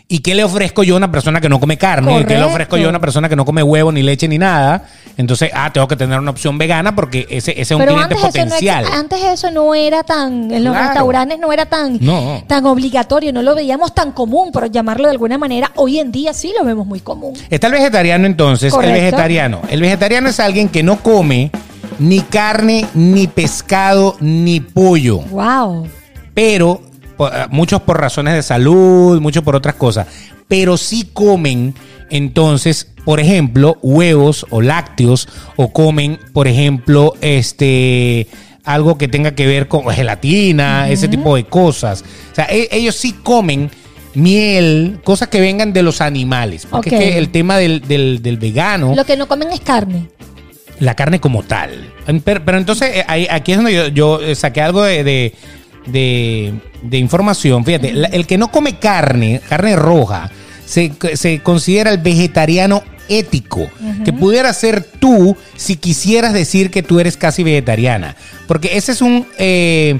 ¿y qué le ofrezco yo a una persona que no come carne? ¿Y qué le
Correcto.
ofrezco yo a una persona que no come huevo, ni leche, ni nada? Entonces, ah, tengo que tener una opción vegana porque ese, ese es un
Pero
cliente
antes
potencial.
Eso no, ex- antes eso no era tan, en los
Claro.
restaurantes no era tan,
No.
tan obligatorio, no lo veíamos tan común, por llamarlo de alguna manera. Hoy en día sí lo vemos muy común.
Está el vegetariano entonces,
Correcto.
el vegetariano. El vegetariano es alguien que no come ni carne, ni pescado, ni pollo.
Wow.
pero po- eh, muchos por razones de salud, muchos por otras cosas, pero sí comen entonces, por ejemplo, huevos o lácteos o comen, por ejemplo, este algo que tenga que ver con gelatina, ese tipo de cosas. O sea, e- ellos sí comen miel, cosas que vengan de los animales, porque
Ok.
es que el tema del, del- del vegano
Lo que no comen es carne.
la carne como tal. En- Pero, pero entonces eh, ahí- aquí es donde yo, yo, eh, saqué algo de, de- de- de información. Fíjate, la- el que no come carne, carne roja, se, se considera el vegetariano ético, que pudiera ser tú si quisieras decir que tú eres casi vegetariana. Porque ese es un... eh,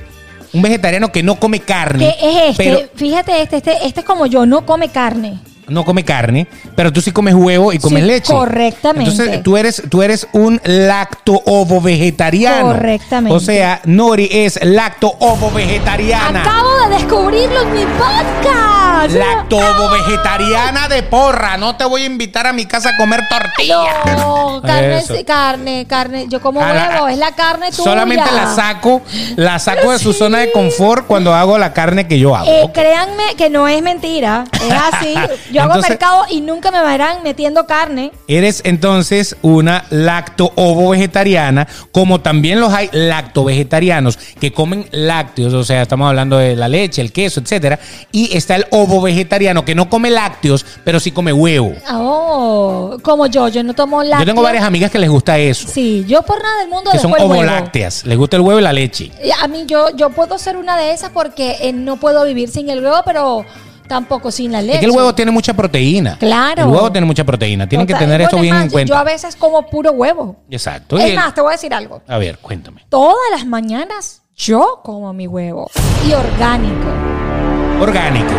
un vegetariano que no come carne.
¿Qué es este?
pero-
Fíjate este, este, este es como yo, no come carne.
no come carne, pero tú sí comes huevo y comes
Sí,
leche.
correctamente.
Entonces tú eres, tú eres un lacto-ovo vegetariano.
Correctamente.
O sea, Nori es lacto-ovo vegetariana.
Acabo de descubrirlo en mi podcast.
Lacto-ovo vegetariana de porra. No te voy a invitar a mi casa a comer tortilla.
No, carne,
Eso.
sí, carne, carne. Yo como
A la-
huevo, es la carne tuya.
Solamente la saco, la saco de su zona de confort cuando hago la carne que yo hago.
Eh, Créanme que no es mentira. Es así. Yo hago
Entonces-
mercado y nunca me verán metiendo carne.
Eres entonces una lacto-ovo vegetariana, como también los hay lacto-vegetarianos que comen lácteos, o sea, estamos hablando de la leche, el queso, etcétera, y está el ovo vegetariano que no come lácteos, pero sí come huevo.
Oh, como yo, yo no tomo lácteos.
Yo tengo varias amigas que les gusta eso,
Sí, yo por nada del mundo
que son
dejo el huevo.
ovolácteas, les gusta el huevo y la leche.
Eh, A mí yo, yo puedo ser una de esas porque eh, no puedo vivir sin el huevo, pero tampoco sin la leche.
Es que el huevo tiene mucha proteína.
Claro.
El huevo tiene mucha proteína, tienen que
Total.
tener esto
Bueno,
bien
es
en
más, Yo a
cuenta.
veces como puro huevo.
Exacto. Y
Es
el-
más, te voy a decir algo.
A ver, cuéntame.
Todas las mañanas yo como mi huevo. Y orgánico.
Orgánico,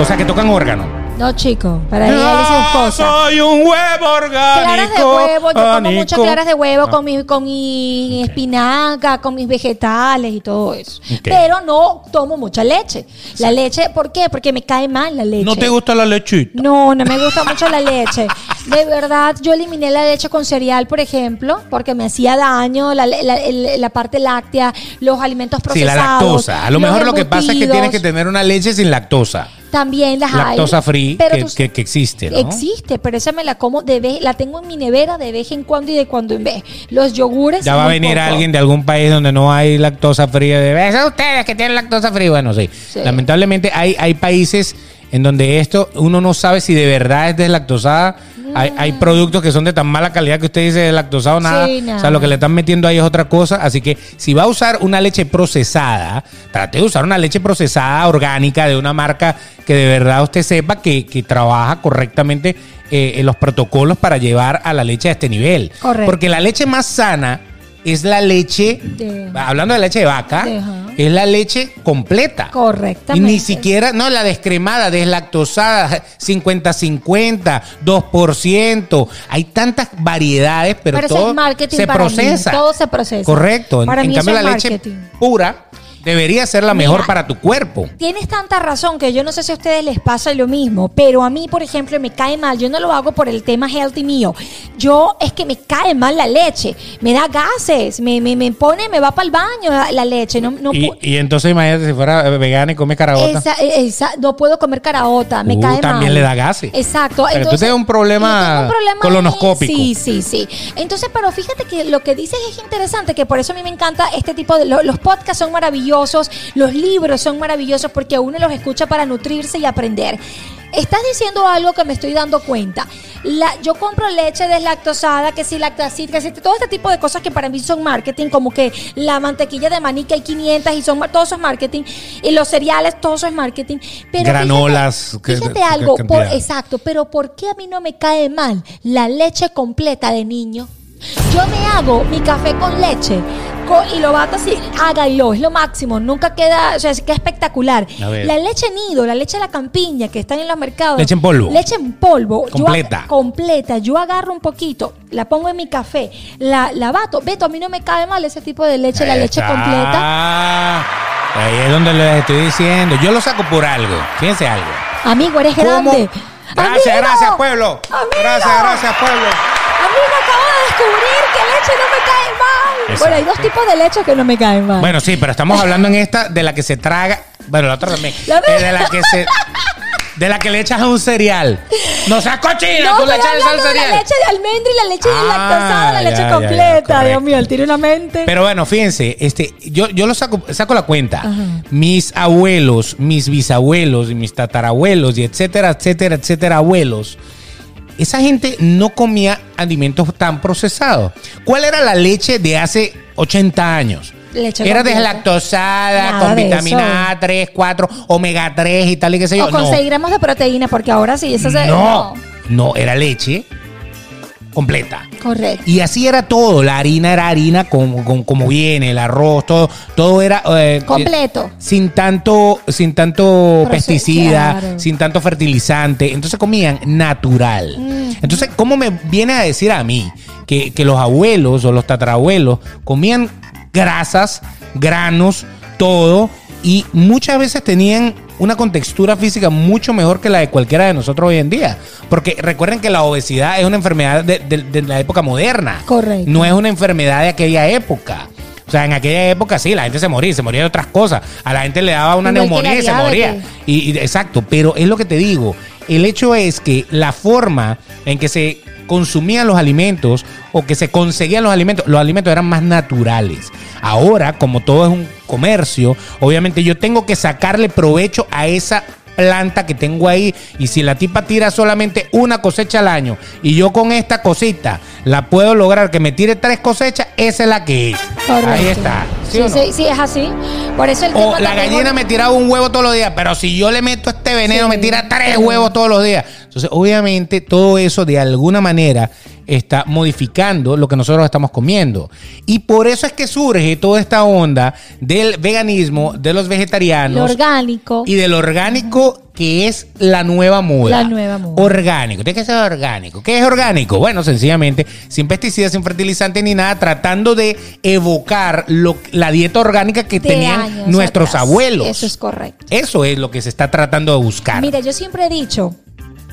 o sea, que tocan órgano.
No, chico, para ella sus
Yo
cosas.
soy un huevo Ah, orgánico.
claras de huevo, yo como
orgánico. Ah.
muchas claras de huevo con mi, con mi espinaca, con mis vegetales y todo eso.
Ok.
Pero no tomo mucha leche. La leche, ¿por qué? Porque me cae mal la leche.
¿No te gusta la lechita?
No, no me gusta mucho la leche. De verdad, yo eliminé la leche con cereal, por ejemplo, porque me hacía daño la, la- el- la parte láctea, los alimentos
Sí, la
procesados.
lactosa. A lo
los
mejor lo que pasa es que
embutidos.
tienes que tener una leche sin lactosa.
También las hay.
Lactosa free
Pero
que,
tú-
que- que existe, ¿no?
Existe, pero esa me la como de vez, la tengo en mi nevera de vez en cuando y de cuando en vez. Los yogures.
Ya va a
muy
venir
poco.
alguien de algún país donde no hay lactosa fría. De, "Esos ustedes que tienen lactosa fría. Bueno, sí.
Sí.
Lamentablemente hay, hay países en donde esto uno no sabe si de verdad es deslactosada. Hay, hay productos que son de tan mala calidad que usted dice deslactosado nada.
Sí, nada.
O sea, lo que le están metiendo ahí es otra cosa. Así que si va a usar una leche procesada, trate de usar una leche procesada orgánica de una marca que de verdad usted sepa que, que trabaja correctamente eh, en los protocolos para llevar a la leche a este nivel.
Correcto.
Porque que la leche más sana es la leche,
De-
hablando de leche de vaca,
De- ajá.
es la leche completa. Y
Correctamente.
ni siquiera, no, la descremada, deslactosada, 50-50, 2%. Hay tantas variedades, pero,
Pero eso
todo
es marketing
se
para mí,
procesa.
todo se procesa.
Correcto. En-
Para
en
mí
cambio,
eso
la
es
leche
marketing.
pura debería ser la mejor para tu cuerpo.
Tienes tanta razón que yo no sé si a ustedes les pasa lo mismo, pero a mí, por ejemplo, me cae mal. Yo no lo hago por el tema healthy mío. Yo es que me cae mal la leche. Me da gases, me, me, me pone, me va para el baño la, la leche. No, no
Y,
pu-
y entonces imagínate si fuera eh, vegana y come carabota.
Esa- esa- no puedo comer caraota, me
Uh,
cae
también
mal.
le da gases.
Exacto.
Pero tú
entonces,
tienes un problema
yo tengo un problema
colonoscópico.
ahí. Sí, sí, sí. Entonces, pero fíjate que lo que dices es interesante, que por eso a mí me encanta este tipo de... lo- los podcasts son maravillosos, los libros son maravillosos, porque uno los escucha para nutrirse y aprender. Estás diciendo algo que me estoy dando cuenta. La- yo compro leche deslactosada, que si lactacid, que si todo este tipo de cosas que para mí son marketing, como que la mantequilla de maní que hay 500 y son todo eso es marketing, y los cereales, todo eso es marketing. Pero fíjate-
Granolas, que-
Fíjate
que-
algo,
que-
por,
cantidad.
exacto, pero ¿por qué a mí no me cae mal la leche completa de niño? Yo me hago mi café con leche co- y lo bato así, háganlo, es lo máximo, nunca queda, o sea, es que es espectacular.
A ver.
La leche nido, la leche de la campiña que están en los mercados.
Leche en polvo.
Leche en polvo. Yo
Completa.
ag- completa, yo agarro un poquito, la pongo en mi café, la, la bato. Beto, a mí no me cae mal ese tipo de leche, la
Ahí
leche
está.
completa.
Ahí es donde les estoy diciendo. Yo lo saco por algo. Fíjense algo.
Amigo, eres
¿Cómo?
grande.
Gracias,
Amigo.
gracias, pueblo.
Amigo.
Gracias, gracias, pueblo.
Amigo, acabo de descubrir que leche no me cae mal.
Exacto.
Bueno, hay dos tipos de leche que no me caen mal.
Bueno, sí, pero estamos hablando en esta de la que se traga. Bueno, la otra también.
La
Eh, de la que se. De la que le echas a un cereal. No seas cochina, tú le
estoy
echas eso al
hablando de la
cereal.
leche de almendra y la leche
Ah,
deslactosada, la
ya,
leche
ya, ya,
completa.
correcto.
Dios mío, él tiene una mente.
Pero bueno, fíjense, este, yo, yo lo saco, saco la cuenta.
Ajá.
Mis abuelos, mis bisabuelos, y mis tatarabuelos, y etcétera, etcétera, etcétera, abuelos. Esa gente no comía alimentos tan procesados. ¿Cuál era la leche de hace 80 años?
Leche
era
completa.
deslactosada,
Nada
con
de
vitamina A, 3, 4, omega 3 y tal y qué sé yo.
o con
No.
6 gramos de proteína, porque ahora sí, eso se.
No, no, era leche completa.
Correcto.
Y así era todo, la harina era harina como, como, como viene, el arroz, todo, todo era eh,
Completo.
sin tanto, sin tanto
Proceso,
pesticida,
claro.
sin tanto fertilizante. Entonces comían natural.
Mm.
Entonces, ¿cómo me viene a decir a mí que, que los abuelos o los tatarabuelos comían grasas, granos, todo? Y muchas veces tenían una contextura física mucho mejor que la de cualquiera de nosotros hoy en día. Porque recuerden que la obesidad es una enfermedad de, de- de la época moderna.
Correcto.
No es una enfermedad de aquella época. O sea, en aquella época sí, la gente se moría, se moría de otras cosas. A la gente le daba una
Igual que
neumonía
la
y se
diabetes.
moría. Y, y- exacto, pero es lo que te digo. El hecho es que la forma en que se consumían los alimentos o que se conseguían los alimentos, los alimentos eran más naturales. Ahora, como todo es un comercio, obviamente yo tengo que sacarle provecho a esa planta que tengo ahí y si la tipa tira solamente una cosecha al año y yo con esta cosita la puedo lograr que me tire tres cosechas, esa es la que es.
Correcto.
Ahí está. ¿sí
Sí,
o no?
sí, sí, es así. Por eso el
O
tema
la
también-
gallina me tiraba un huevo todos los días, pero si yo le meto este veneno,
Sí.
me tira tres huevos todos los días. Entonces, obviamente, todo eso de alguna manera está modificando lo que nosotros estamos comiendo. Y por eso es que surge toda esta onda del veganismo, de los
Lo
vegetarianos
orgánico.
y del orgánico que es la nueva moda.
La nueva moda.
Orgánico. Tiene que ser orgánico. ¿Qué es orgánico? Bueno, sencillamente, sin pesticidas, sin fertilizantes ni nada, tratando de evocar lo- la dieta orgánica que
de años
tenían nuestros
atrás.
abuelos.
Eso es correcto.
Eso es lo que se está tratando de buscar.
Mira, yo siempre he dicho,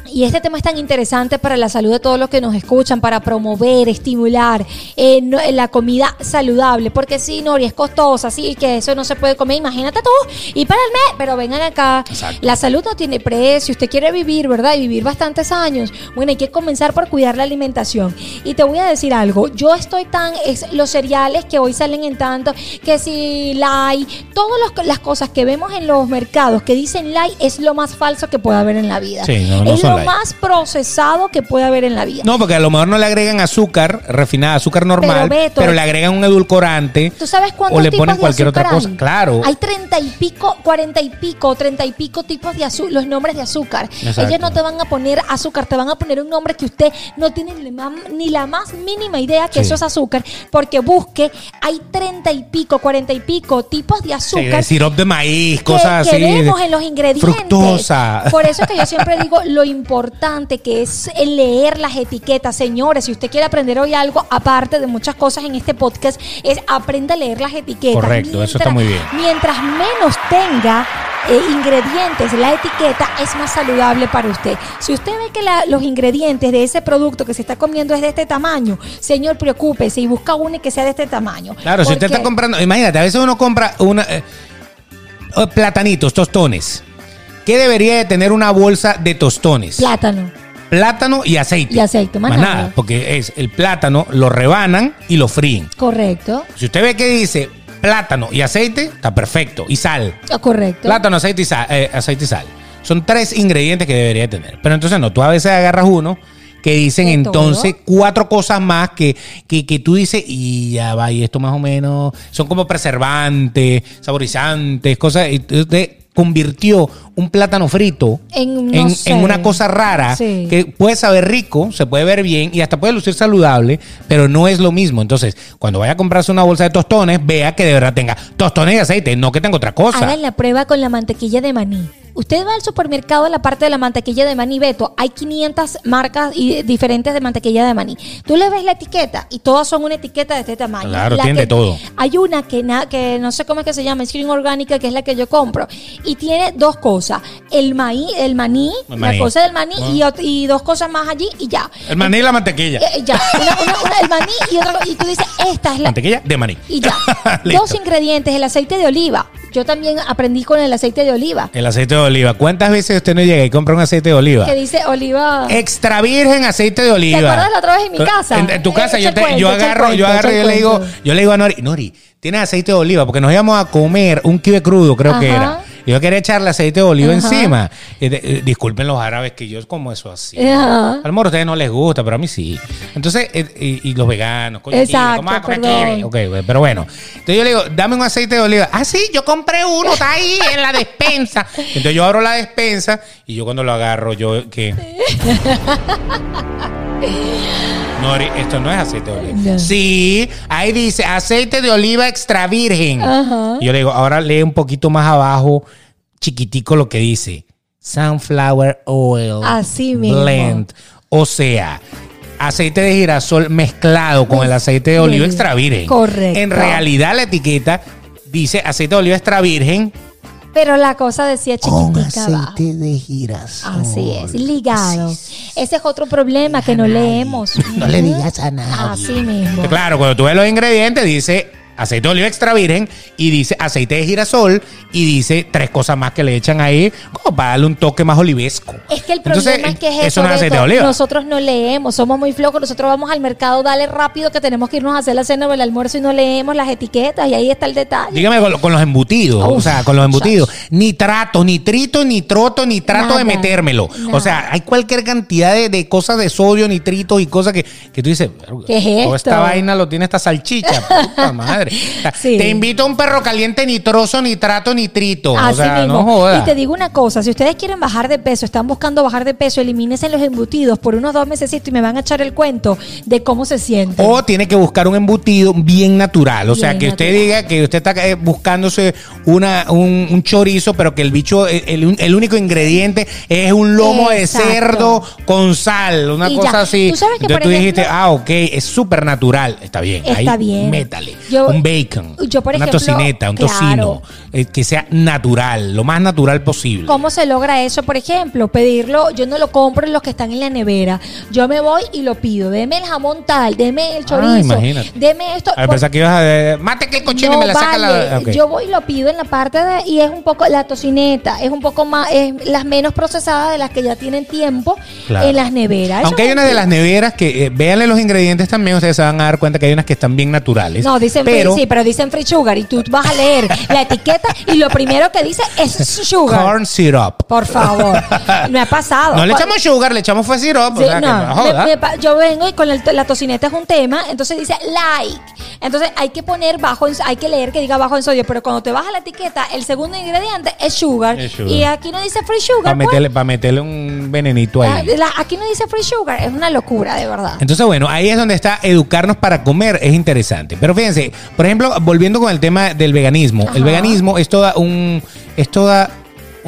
y este tema es tan interesante para la salud de todos los que nos escuchan, para promover, estimular eh, no- eh, la comida saludable, porque sí, Nori, es costosa, sí, que eso no se puede comer, imagínate tú, y para el mes, pero vengan acá,
Exacto.
la salud no tiene precio, usted quiere vivir, ¿verdad? Y vivir bastantes años, bueno, hay que comenzar por cuidar la alimentación. Y te voy a decir algo, yo estoy tan, es, los cereales que hoy salen en tanto, que si light, todas los- las cosas que vemos en los mercados que dicen light es lo más falso que puede haber en la vida.
Sí, no, no
es
son
lo
light.
más procesado que puede haber en la vida.
No, porque a lo mejor no le agregan azúcar refinada, azúcar normal,
Pero,
pero,
Beto,
le agregan un edulcorante
¿Tú sabes cuántos
o le
tipos
ponen
de
cualquier otra
azúcar
cosa.
hay?
Claro.
Hay treinta y pico, cuarenta y pico, treinta y pico tipos de azúcar, los nombres de azúcar.
Exacto.
Ellos no te van a poner azúcar, te van a poner un nombre que usted no tiene ni la, mam- ni la más mínima idea que
Sí.
eso es azúcar, porque busque, hay treinta y pico, cuarenta y pico tipos de
Sí, de
azúcar.
sirope de maíz,
que-
cosas
que
así.
vemos en los ingredientes.
Fructosa.
Por eso es que yo siempre digo, lo, im- importante que es el leer las etiquetas. Señores, si usted quiere aprender hoy algo, aparte de muchas cosas en este podcast, es aprenda a leer las etiquetas.
Correcto, eso está muy bien.
Mientras menos tenga eh, ingredientes, la etiqueta es más saludable para usted. Si usted ve que la- los ingredientes de ese producto que se está comiendo es de este tamaño, señor, preocúpese y busca uno que sea de este tamaño.
Claro, si usted
Porque-
está comprando, imagínate, a veces uno compra una eh, eh, platanitos, tostones. ¿Qué debería de tener una bolsa de tostones?
Plátano.
plátano y aceite.
Y aceite, más nada.
porque es el plátano, lo rebanan y lo fríen.
Correcto.
Si usted ve que dice plátano y aceite, está perfecto. Y sal.
Ah, Correcto.
Plátano, aceite y sal. eh, aceite y sal. Son tres ingredientes que debería tener. Pero entonces no, tú a veces agarras uno que dicen
De
entonces
todo.
cuatro cosas más que, que, que tú dices y ya va, y esto más o menos son como preservantes, saborizantes, cosas. Y tú te convirtió un plátano frito
En, no
en,
sé.
en una cosa rara
Sí.
que puede saber rico, se puede ver bien y hasta puede lucir saludable, pero no es lo mismo. Entonces, cuando vaya a comprarse una bolsa de tostones, vea que de verdad tenga tostones y aceite, no que tenga otra cosa.
Hagan la prueba con la mantequilla de maní. Usted va al supermercado a la parte de la mantequilla de maní Beto. Hay 500 marcas y diferentes de mantequilla de maní. Tú le ves la etiqueta y todas son una etiqueta de este tamaño.
Claro,
La
tiene
que-
de todo.
Hay una que, na- que no sé cómo es que se llama, es Green Orgánica, que es la que yo compro. Y tiene dos cosas. El maíz, el maní,
El
la
maní.
cosa del maní
Ah.
y ot- y, dos cosas más allí y ya.
El maní y la mantequilla.
Eh, ya, Una- una- una- el maní y otra cosa. Y tú dices, esta es la,
Mantequilla de maní.
y ya.
Listo.
Dos ingredientes, el aceite de oliva. Yo también aprendí con el aceite de oliva,
El aceite de oliva. ¿Cuántas veces usted no llega y compra un aceite de oliva?
que dice oliva.
Extra virgen aceite de oliva.
acuerdas la otra vez en mi
Tú-
casa? Eh,
En, en tu casa,
Echa
yo,
el
te-
cuento,
yo
echa el
agarro, yo
cuento,
agarro y
echa
yo
el
le digo,
cuento.
yo le digo a Nori, Nori, tienes aceite de oliva, porque nos íbamos a comer un kibe crudo, creo que
Ajá.
era. Y yo quería echarle aceite de oliva
Ajá.
encima. Y de- eh, disculpen los árabes que yo como eso así.
Ajá.
A lo mejor a ustedes no les gusta, pero a mí sí. Entonces, eh, y, y los veganos, coño, kibe,
Exacto,
¿cómo vas a comer
perdón.
kibe? Ok, güey, pero bueno. Entonces yo le digo, dame un aceite de oliva. Ah, sí, yo compré uno, está ahí en la despensa. Entonces yo abro la despensa y yo cuando lo agarro, yo que... Nori, esto no es aceite de oliva.
No.
Sí, ahí dice aceite de oliva extra virgen.
Ajá.
Y Yo le digo, ahora lee un poquito más abajo, chiquitico lo que dice. Sunflower oil.
Así mismo.
Blend. O sea, aceite de girasol mezclado con el aceite de oliva
Sí.
extra virgen.
Correcto.
En realidad la etiqueta dice aceite de oliva extra virgen
Pero la cosa decía
con
chiquitica abajo.
aceite de girasol.
Así es, ligado. Ese es otro problema que no leemos.
No le digas a nadie.
Así mismo.
Claro, cuando tú ves los ingredientes, dice aceite de oliva extra virgen y dice aceite de girasol y dice tres cosas más que le echan ahí como para darle un toque más olivesco.
Es que el
Entonces,
problema es que es eso.
no es aceite de
Beto.
oliva.
Nosotros no leemos, somos muy flojos. Nosotros vamos al mercado, dale rápido que tenemos que irnos a hacer la cena o el almuerzo y no leemos las etiquetas. Y ahí está el detalle.
Dígame con, lo- con los embutidos,
Uf,
o sea, con los embutidos. Nitrato, nitrito, nitroto, ni trato
Nada,
de metérmelo. O
nada.
sea, hay cualquier cantidad de, de cosas de sodio, nitrito y cosas que, que tú dices,
¿Qué es
toda esta
esto?
vaina lo tiene esta salchicha. puta madre. O sea,
Sí.
Te invito a un perro caliente nitroso, nitrato, nitrito.
Así
o sea,
mismo.
no jodas.
y te digo una cosa, si ustedes quieren bajar de peso, están buscando bajar de peso, elimínense los embutidos por unos dos meses y me van a echar el cuento de cómo se sienten.
O tiene que buscar un embutido bien natural. O sea,
Bien
que usted
natural.
diga que usted está eh, buscándose una, un, un chorizo, pero que el bicho, eh, el, el único ingrediente es un lomo
Exacto.
de cerdo con sal, una
Y ya.
cosa así.
Tú sabes que,
Entonces
por
tú
ejemplo,
dijiste, ah, ok, es súper natural. Está bien.
Está
ahí,
bien.
Métale.
Yo-
un bacon,
yo, por
una
ejemplo,
tocineta, un tocino.
claro.
eh, que sea natural, lo más natural posible.
¿Cómo se logra eso? Por ejemplo, pedirlo, yo no lo compro en los que están en la nevera. Yo me voy y lo pido. Deme el jamón tal, deme el chorizo,
Ah, imagínate.
deme esto.
A ver,
Por-
pensaba que ibas a. eh, mate que el cochino y
No,
me la saca
vale.
la. ok.
Yo voy y lo pido en la parte de y es un poco la tocineta, es un poco más es las menos procesadas de las que ya tienen tiempo
Claro.
en las neveras. Ah, Eso
Aunque hay
me-
una de las neveras que, eh, véanle los ingredientes también, ustedes se van a dar cuenta que hay unas que están bien naturales.
No, dicen
pero
free, sí, pero dicen free sugar y tú vas a leer la etiqueta y lo primero que dice es sugar.
corn syrup.
Por favor, me ha pasado.
No le
Por-
echamos sugar, le echamos fue syrup.
Sí,
o sea, que
no,
no joda.
me- me pa- yo vengo y con el to- la tocineta es un tema, entonces dice like. Entonces hay que poner bajo, en- hay que leer que diga bajo en sodio, pero cuando te vas a la etiqueta, el segundo ingrediente es sugar.
Es sugar.
Y aquí no dice free
para
sugar. pues.
meterle, pa' meterle un venenito
Ah,
ahí.
la- aquí no dice free sugar, es una locura, de verdad.
Entonces, bueno, ahí es donde está educarnos para comer, es interesante. Pero fíjense, por ejemplo, volviendo con el tema del veganismo. El
Ajá.
veganismo es toda un es toda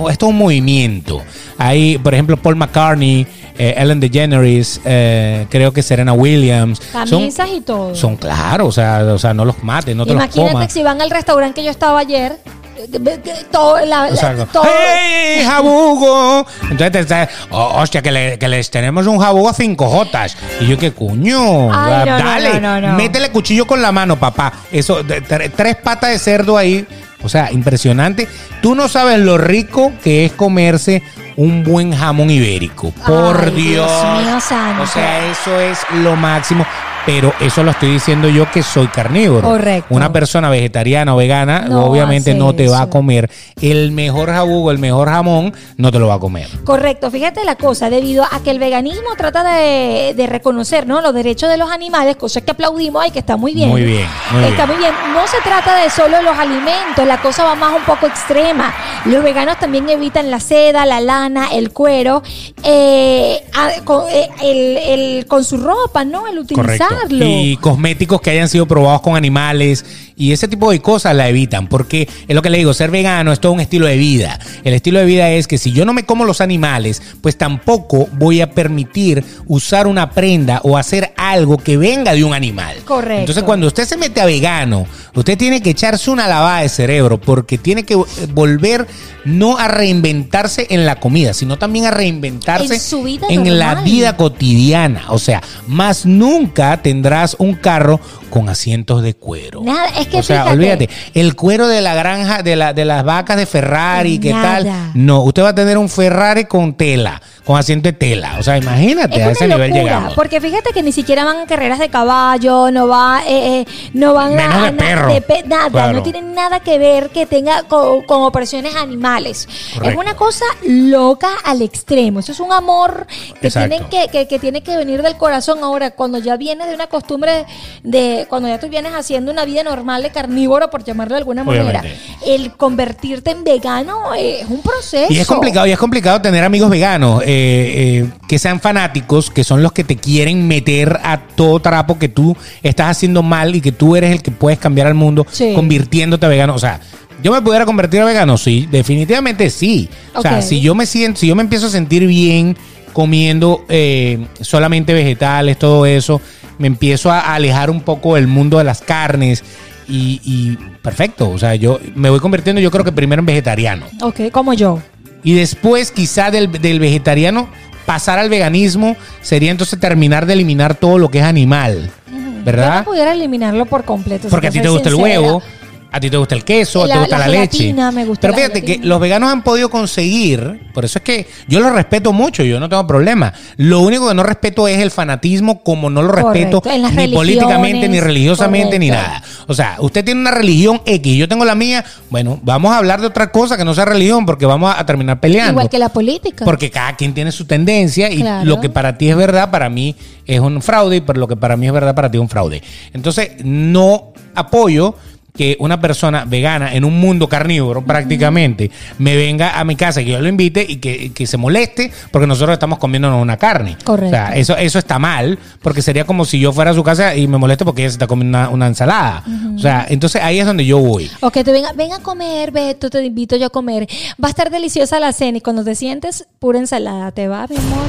esto es un movimiento. Hay, por ejemplo, Paul McCartney, eh, Ellen DeGeneres, eh, creo que Serena Williams. Son,
Camisas y todo.
son claros, o sea, o sea, no los mates, no te los
Imagínate
comas.
si van al restaurante que yo estaba ayer. eh, eh, eh, Todo, la-
O sea, Pues algo,
la- todo-
¡Hey, jabugo! Entonces te estás, "Oh, hostia, que, le- que les tenemos un jabugo a cinco jotas. Y yo, ¿qué coño?
Ay, no, no,
Dale,
no, no, no.
métele cuchillo con la mano, papá. Eso, de- tre- tres patas de cerdo ahí. O sea, impresionante. Tú no sabes lo rico que es comerse un buen jamón ibérico. Por
Ay,
Dios.
Dios mío santo.
O sea, eso es lo máximo. Pero eso lo estoy diciendo yo que soy carnívoro.
Correcto.
Una persona vegetariana o vegana,
No
obviamente
hace
no te va a
eso.
comer el mejor jabugo, el mejor jamón, no te lo va a comer.
Correcto, fíjate la cosa, debido a que el veganismo trata de, de reconocer ¿no? los derechos de los animales, cosas que aplaudimos y que está muy bien.
Muy bien, muy
está
bien.
muy bien. No se trata de solo los alimentos, la cosa va más un poco extrema. Los veganos también evitan la seda, la lana, el cuero, eh, a- con, eh, el- el- con su ropa, ¿no? El utilizarlo.
Correcto. Y cosméticos que hayan sido probados con animales y ese tipo de cosas la evitan porque es lo que le digo, ser vegano es todo un estilo de vida. El estilo de vida es que si yo no me como los animales, pues tampoco voy a permitir usar una prenda o hacer algo que venga de un animal.
Correcto.
Entonces cuando usted se mete a vegano, usted tiene que echarse una lavada de cerebro porque tiene que eh, volver no a reinventarse en la comida, sino también a reinventarse
En su vida
en la
normal.
vida cotidiana. O sea, más nunca tendrás un carro con asientos de cuero.
Nada, es que
o sea,
fíjate.
olvídate, el cuero de la granja, de, la, de las vacas de Ferrari, ¿qué
Nada.
tal? No, usted va a tener un Ferrari con tela, con asiento de tela. O sea, imagínate, a
Es
ese
una
nivel
locura,
llegamos.
porque fíjate que ni siquiera van a carreras de caballo, no va, eh, eh, no van a-
Menos de
a na-
perro.
pe- nada,
Claro.
no tienen nada que ver que tenga con, con operaciones animales. Es
Correcto.
una cosa loca al extremo. Eso es un amor que
Exacto.
tienen que, que- que tiene que venir del corazón. Ahora, cuando ya vienes de una costumbre de, cuando ya tú vienes haciendo una vida normal de carnívoro, por llamarlo de alguna manera,
Obviamente.
el convertirte en vegano eh, es un proceso.
Y es complicado, y es complicado tener amigos veganos eh, eh, que sean fanáticos, que son los que te quieren meter a todo trapo que tú estás haciendo mal y que tú eres el que puedes cambiar al mundo
Sí.
convirtiéndote a vegano. O sea, ¿yo me pudiera convertir a vegano? Sí, definitivamente sí. O sea,
Ok.
si yo me siento, si yo me empiezo a sentir bien comiendo eh, solamente vegetales, todo eso, me empiezo a alejar un poco del mundo de las carnes. Y, y perfecto, o sea, yo me voy convirtiendo yo creo que primero en vegetariano
Ok, como yo.
y después quizá del, del vegetariano pasar al veganismo sería entonces terminar de eliminar todo lo que es animal,
Yo no
¿verdad?
pudiera eliminarlo por completo.
Porque a
si
ti te
soy
gusta el
sincera.
huevo, a ti te gusta el queso, a ti
La-
te gusta
la
la, leche.
gelatina, me gusta
Pero
la
fíjate que
gelatina.
los veganos han podido conseguir, por eso es que yo los respeto mucho, yo no tengo problema. Lo único que no respeto es el fanatismo como no lo respeto
Correcto, en las
ni políticamente, ni
religiones,
religiosamente, ni
correcto.
nada. O sea, usted tiene una religión X, yo tengo la mía, bueno, vamos a hablar de otra cosa que no sea religión porque vamos a, a terminar peleando.
Igual que la política.
Porque cada quien tiene su tendencia y
Claro.
lo que para ti es verdad, para mí es un fraude y por lo que para mí es verdad, para ti es un fraude. Entonces, no apoyo que una persona vegana en un mundo carnívoro prácticamente me venga a mi casa, que yo lo invite y que, que se moleste porque nosotros estamos comiéndonos una carne.
Correcto.
O sea, eso, eso está mal, porque sería como si yo fuera a su casa y me moleste porque ella se está comiendo una, una ensalada. O sea, entonces ahí es donde yo voy.
O que te venga, ven a comer, Beto, te invito yo a comer. Va a estar deliciosa la cena y cuando te sientes, pura ensalada. ¿Te va, mi amor?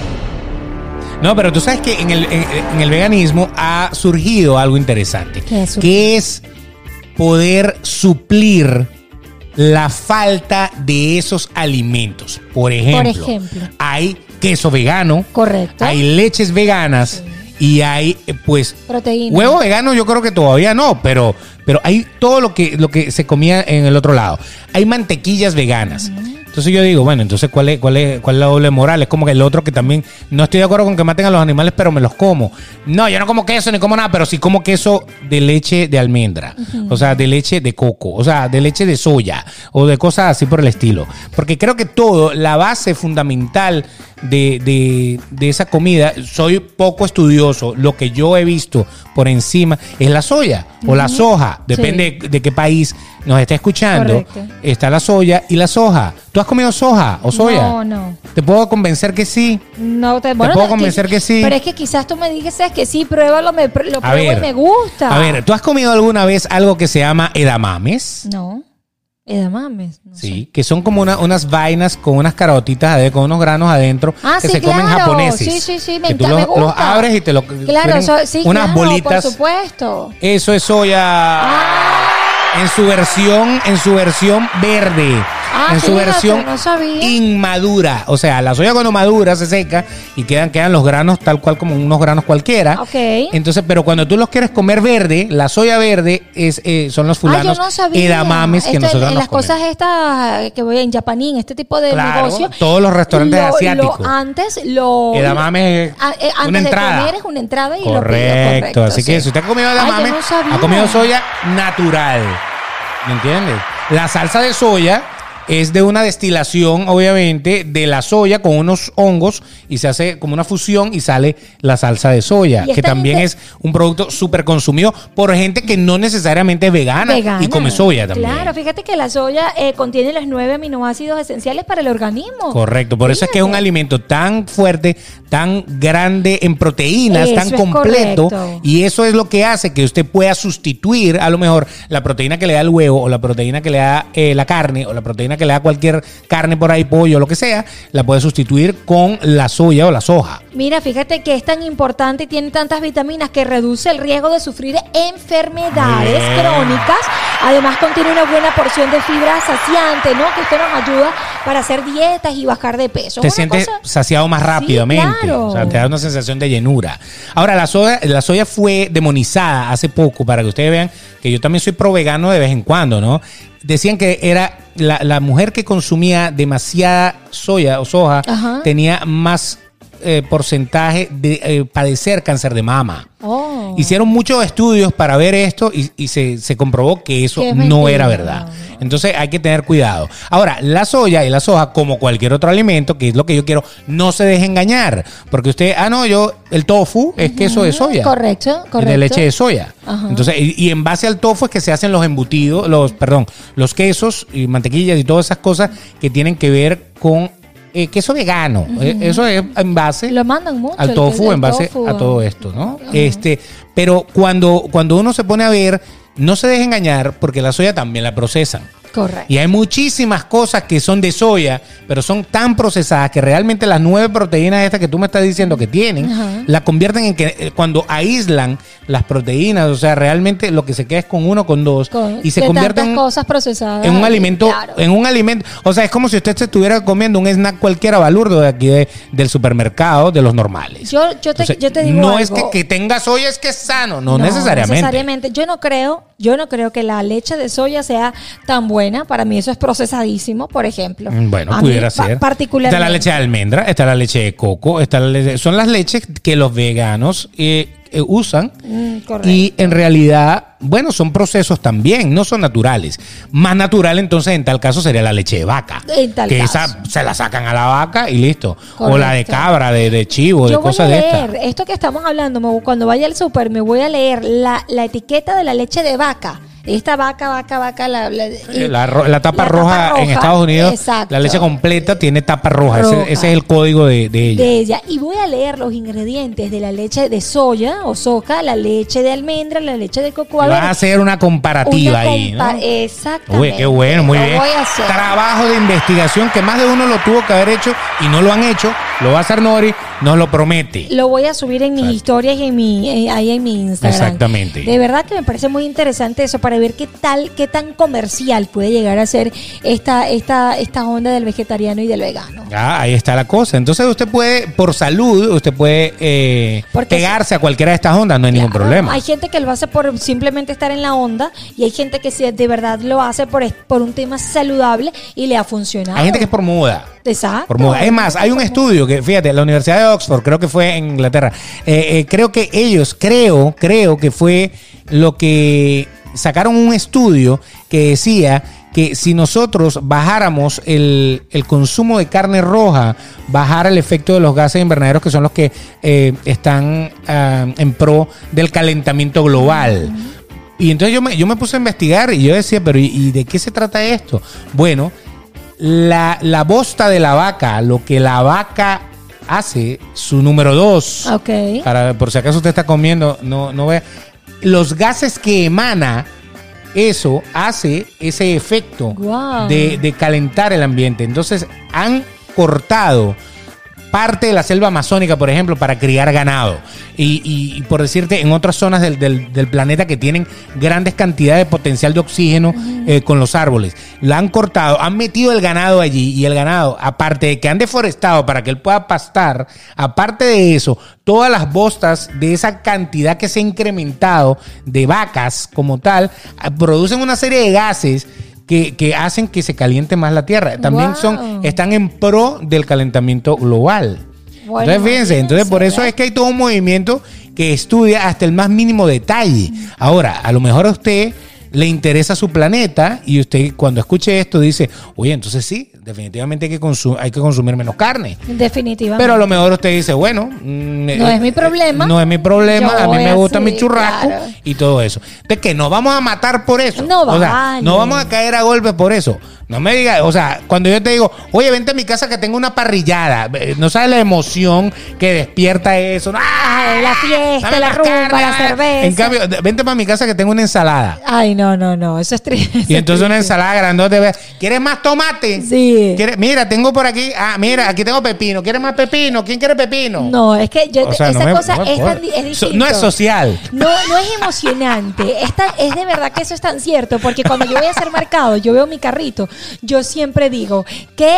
No, pero tú sabes que en el, en- en el veganismo ha surgido algo interesante,
¿Qué ha surgido?
que es poder suplir la falta de esos alimentos. Por ejemplo,
ejemplo.
hay queso vegano,
Correcto.
hay leches veganas y hay eh, pues
Proteína.
huevo vegano yo creo que todavía no, pero pero hay todo lo que lo que se comía en el otro lado. Hay mantequillas veganas. Entonces yo digo, bueno, entonces cuál es cuál es cuál es la doble moral? Es como que el otro que también no estoy de acuerdo con que maten a los animales, pero me los como. No, yo no como queso ni como nada, pero sí como queso de leche de almendra, o sea, de leche de coco, o sea, de leche de soya o de cosas así por el estilo, porque creo que todo la base fundamental de, de- de esa comida, soy poco estudioso. Lo que yo he visto por encima es la soya o la soja. Depende de, de qué país nos está escuchando.
Correcto.
Está la soya y la soja. ¿Tú has comido soja o soya?
No, no.
¿Te puedo convencer que sí?
No te,
puedo
qui-
convencer que sí.
Pero es que quizás tú me dices que sí, pruébalo, me, pr- lo
A
pruebo
ver.
y pues me gusta.
A ver, ¿tú has comido alguna vez algo que se llama edamames?
No. Edamames. No
Sí, que son como una- unas vainas con unas carotitas adentro, con unos granos adentro
Ah,
que
sí,
se comen
claro.
japoneses.
Sí, sí, sí, me
Que tú los,
encanta, me
los
gusta.
abres y te lo
sé. Claro,
tienen
so- sí,
unas
claro,
bolitas. Ah.
por supuesto. Ah.
Eso es soya en su versión, en su versión verde,
Ah,
en su
fíjate,
versión
no sabía.
inmadura, o sea, la soya cuando madura se seca y quedan quedan los granos tal cual como unos granos cualquiera.
Ok.
Entonces, pero cuando tú los quieres comer verde, la soya verde es eh, son los
Ah, yo
fulanos
no sabía.
edamames que
Esto en-
nosotros
en,
nos
las
comemos.
cosas estas que voy en Japanín, este tipo de
Claro,
negocio.
todos los restaurantes
lo- lo
asiáticos.
antes lo
Edamame es
a- eh, antes
una
de
entrada.
comer es una entrada y lo pides,
correcto. Así que
sí.
si usted ha comido
Ay, yo
edamame,
no sabía.
ha comido soya natural. ¿Me entiendes? La salsa de soya es de una destilación, obviamente, de la soya con unos hongos y se hace como una fusión y sale la salsa de soya,
Y
que
esta
también
gente-
es un producto súper consumido por gente que no necesariamente es vegana,
Vegana.
y come soya también.
Claro, fíjate que la soya eh, contiene los nueve aminoácidos esenciales para el organismo.
Correcto, por eso es que es un
Fíjate.
alimento tan fuerte, tan grande en proteínas,
Eso
tan
es
completo.
correcto.
Y eso es lo que hace que usted pueda sustituir a lo mejor la proteína que le da el huevo o la proteína que le da eh, la carne o la proteína que le da cualquier carne por ahí, pollo, lo que sea, la puede sustituir con la soya o la soja.
Mira, fíjate que es tan importante y tiene tantas vitaminas que reduce el riesgo de sufrir enfermedades
Muy bien.
crónicas. Además contiene una buena porción de fibra saciante, ¿no? Que esto nos ayuda para hacer dietas y bajar de peso.
Te
Una
sientes
cosa-
saciado más
Sí,
rápidamente.
claro.
O sea, te da una sensación de llenura. Ahora, la soya, la soya fue demonizada hace poco, para que ustedes vean que yo también soy pro vegano de vez en cuando, ¿no? Decían que era la, la mujer que consumía demasiada soya o soja
Ajá.
tenía más eh, porcentaje de eh, padecer cáncer de mama.
Oh.
Hicieron muchos estudios para ver esto y, y se, se comprobó que eso
Que es
no
mentira.
era verdad. Entonces hay que tener cuidado. Ahora, la soya y la soja, como cualquier otro alimento, que es lo que yo quiero, no se deje engañar. Porque usted, ah, no, yo, el tofu es queso de soya.
Correcto, correcto.
De leche de soya.
Ajá.
Entonces, y, y en base al tofu es que se hacen los embutidos, los, perdón, los quesos y mantequillas y todas esas cosas que tienen que ver con eh, queso vegano. Eh, Eso es en base
Lo mandan mucho.
al
el
tofu
queso
en base
tofu.
a todo esto, ¿no? Este, pero cuando, cuando uno se pone a ver, no se deje engañar porque la soya también la procesan.
Correcto.
Y hay muchísimas cosas que son de soya, pero son tan procesadas que realmente las nueve proteínas estas que tú me estás diciendo que tienen,
Ajá.
la convierten en que eh, cuando aíslan las proteínas, o sea, realmente lo que se queda es con uno, con dos,
Con-
y se
de
convierten
tantas cosas procesadas.
en un
y-
alimento,
claro.
en un alimento, o sea, es como si usted se estuviera comiendo un snack cualquiera balurdo de aquí de- del supermercado, de los normales.
Yo, yo, te,
Entonces,
yo te digo
no
algo.
es que, que tenga soya, es que es sano, no, necesariamente.
necesariamente. Yo no creo, yo no creo que la leche de soya sea tan buena. Para mí eso es procesadísimo, por ejemplo.
Mm, Bueno,
A mí
pudiera
pa-
ser.
Particularmente.
Está la leche de almendra, está la leche de coco, está la leche- son las leches que los veganos eh, eh, usan
Mm, correcto.
Y en realidad, bueno, son procesos también, no son naturales. Más natural entonces en tal caso sería la leche de vaca.
En tal
que
caso.
esa se la sacan a la vaca y listo. O la de
Correcto.
cabra, de, de chivo,
yo
de
voy a
cosas de
leer,
estas.
esto que estamos hablando, me- cuando vaya al súper me voy a leer la, la etiqueta de la leche de vaca. Esta vaca, vaca, vaca, la, la- y-
Eh, La, ro- la tapa
la
roja en
roja,
Estados Unidos,
exacto,
la leche completa tiene tapa roja. Ese-
Roja.
Ese, es el código de, de ella.
de ella. Y voy a leer los ingredientes de la leche de soya o soca, la leche de almendra, la leche de coco. A ver,
Va a hacer una comparativa
una
ahí,
compa-
¿no?
Exactamente.
Uy, qué bueno, muy
Lo
bien.
voy a hacer.
Trabajo de investigación que más de uno lo tuvo que haber hecho y no lo han hecho. Lo va a hacer Nori, nos lo promete.
Lo voy a subir en mis historias y en mi, eh, ahí en mi Instagram.
Exactamente.
De verdad que me parece muy interesante eso para ver qué tal, qué tan comercial puede llegar a ser esta, esta, esta onda del vegetariano y del vegano.
Ah, ahí está la cosa. Entonces usted puede, por salud, usted puede eh,
Porque
pegarse a cualquiera de estas ondas, no hay ningún
Claro,
problema.
Hay gente que lo hace por simplemente estar en la onda y hay gente que sí, de verdad lo hace por, es- por un tema saludable y le ha funcionado.
Hay gente que es por moda.
Exacto.
Por moda. Es más, hay un estudio que, fíjate, la Universidad de Oxford, creo que fue en Inglaterra, eh, eh, creo que ellos, creo, creo que fue lo que sacaron un estudio que decía que si nosotros bajáramos el, el consumo de carne roja, bajara el efecto de los gases invernaderos que son los que eh, están ah, en pro del calentamiento global. Y entonces yo me, yo me puse a investigar y yo decía, pero ¿y, y de qué se trata esto? Bueno, la, la bosta de la vaca, lo que la vaca hace, su número dos,
Ok.
para, por si acaso usted está comiendo, no, no vea, los gases que emana eso hace ese efecto
Guau.
de, de calentar el ambiente. Entonces han cortado parte de la selva amazónica, por ejemplo, para criar ganado. Y, y- y por decirte, en otras zonas del, del- del planeta que tienen grandes cantidades de potencial de oxígeno eh, con los árboles. La han cortado, han metido el ganado allí y el ganado, aparte de que han deforestado para que él pueda pastar, aparte de eso, todas las bostas de esa cantidad que se ha incrementado de vacas como tal, ah, producen una serie de gases. Que, que hacen que se caliente más la tierra. También son,
Wow.
están en pro del calentamiento global.
Bueno,
entonces, fíjense, entonces por
imagínense,
eso
¿verdad?
es que hay todo un movimiento que estudia hasta el más mínimo detalle. Ahora, a lo mejor a usted le interesa su planeta y usted cuando escuche esto dice, oye, entonces sí, definitivamente hay que, consu- hay que consumir menos carne.
Definitivamente.
Pero a lo mejor usted dice, bueno, mm,
No es mi problema.
No es mi problema,
Yo
a mí
voy
me gusta
así,
mi churrasco
claro.
y todo eso. Entonces, que nos vamos a matar por eso.
No
O sea,
vale.
no vamos a caer a golpes por eso. No me digas, o sea, cuando yo te digo, oye, vente a mi casa que tengo una parrillada, eh, no sabes la emoción que despierta eso. ¡Ah!
Ay, la fiesta,
Dame
la
más
rumba,
carne,
la
ah.
cerveza.
En cambio, de- vente para mi casa que tengo una ensalada.
Ay, no, no, no. Eso es triste.
Y entonces una ensalada grandota. ve, ¿Quieres más tomate?
Sí.
¿Quieres- Mira, tengo por aquí. Ah, mira, aquí tengo pepino. ¿Quieres más pepino? ¿Quién quiere pepino?
No, es que yo-
O sea,
esa
no me-
cosa
no me
es, tan, di-
puedo.
es
So-
distinto.
no es social.
No, no es emocionante. Es, tan- es de verdad que eso es tan cierto. Porque cuando yo voy a hacer mercado, yo veo mi carrito, yo siempre digo, qué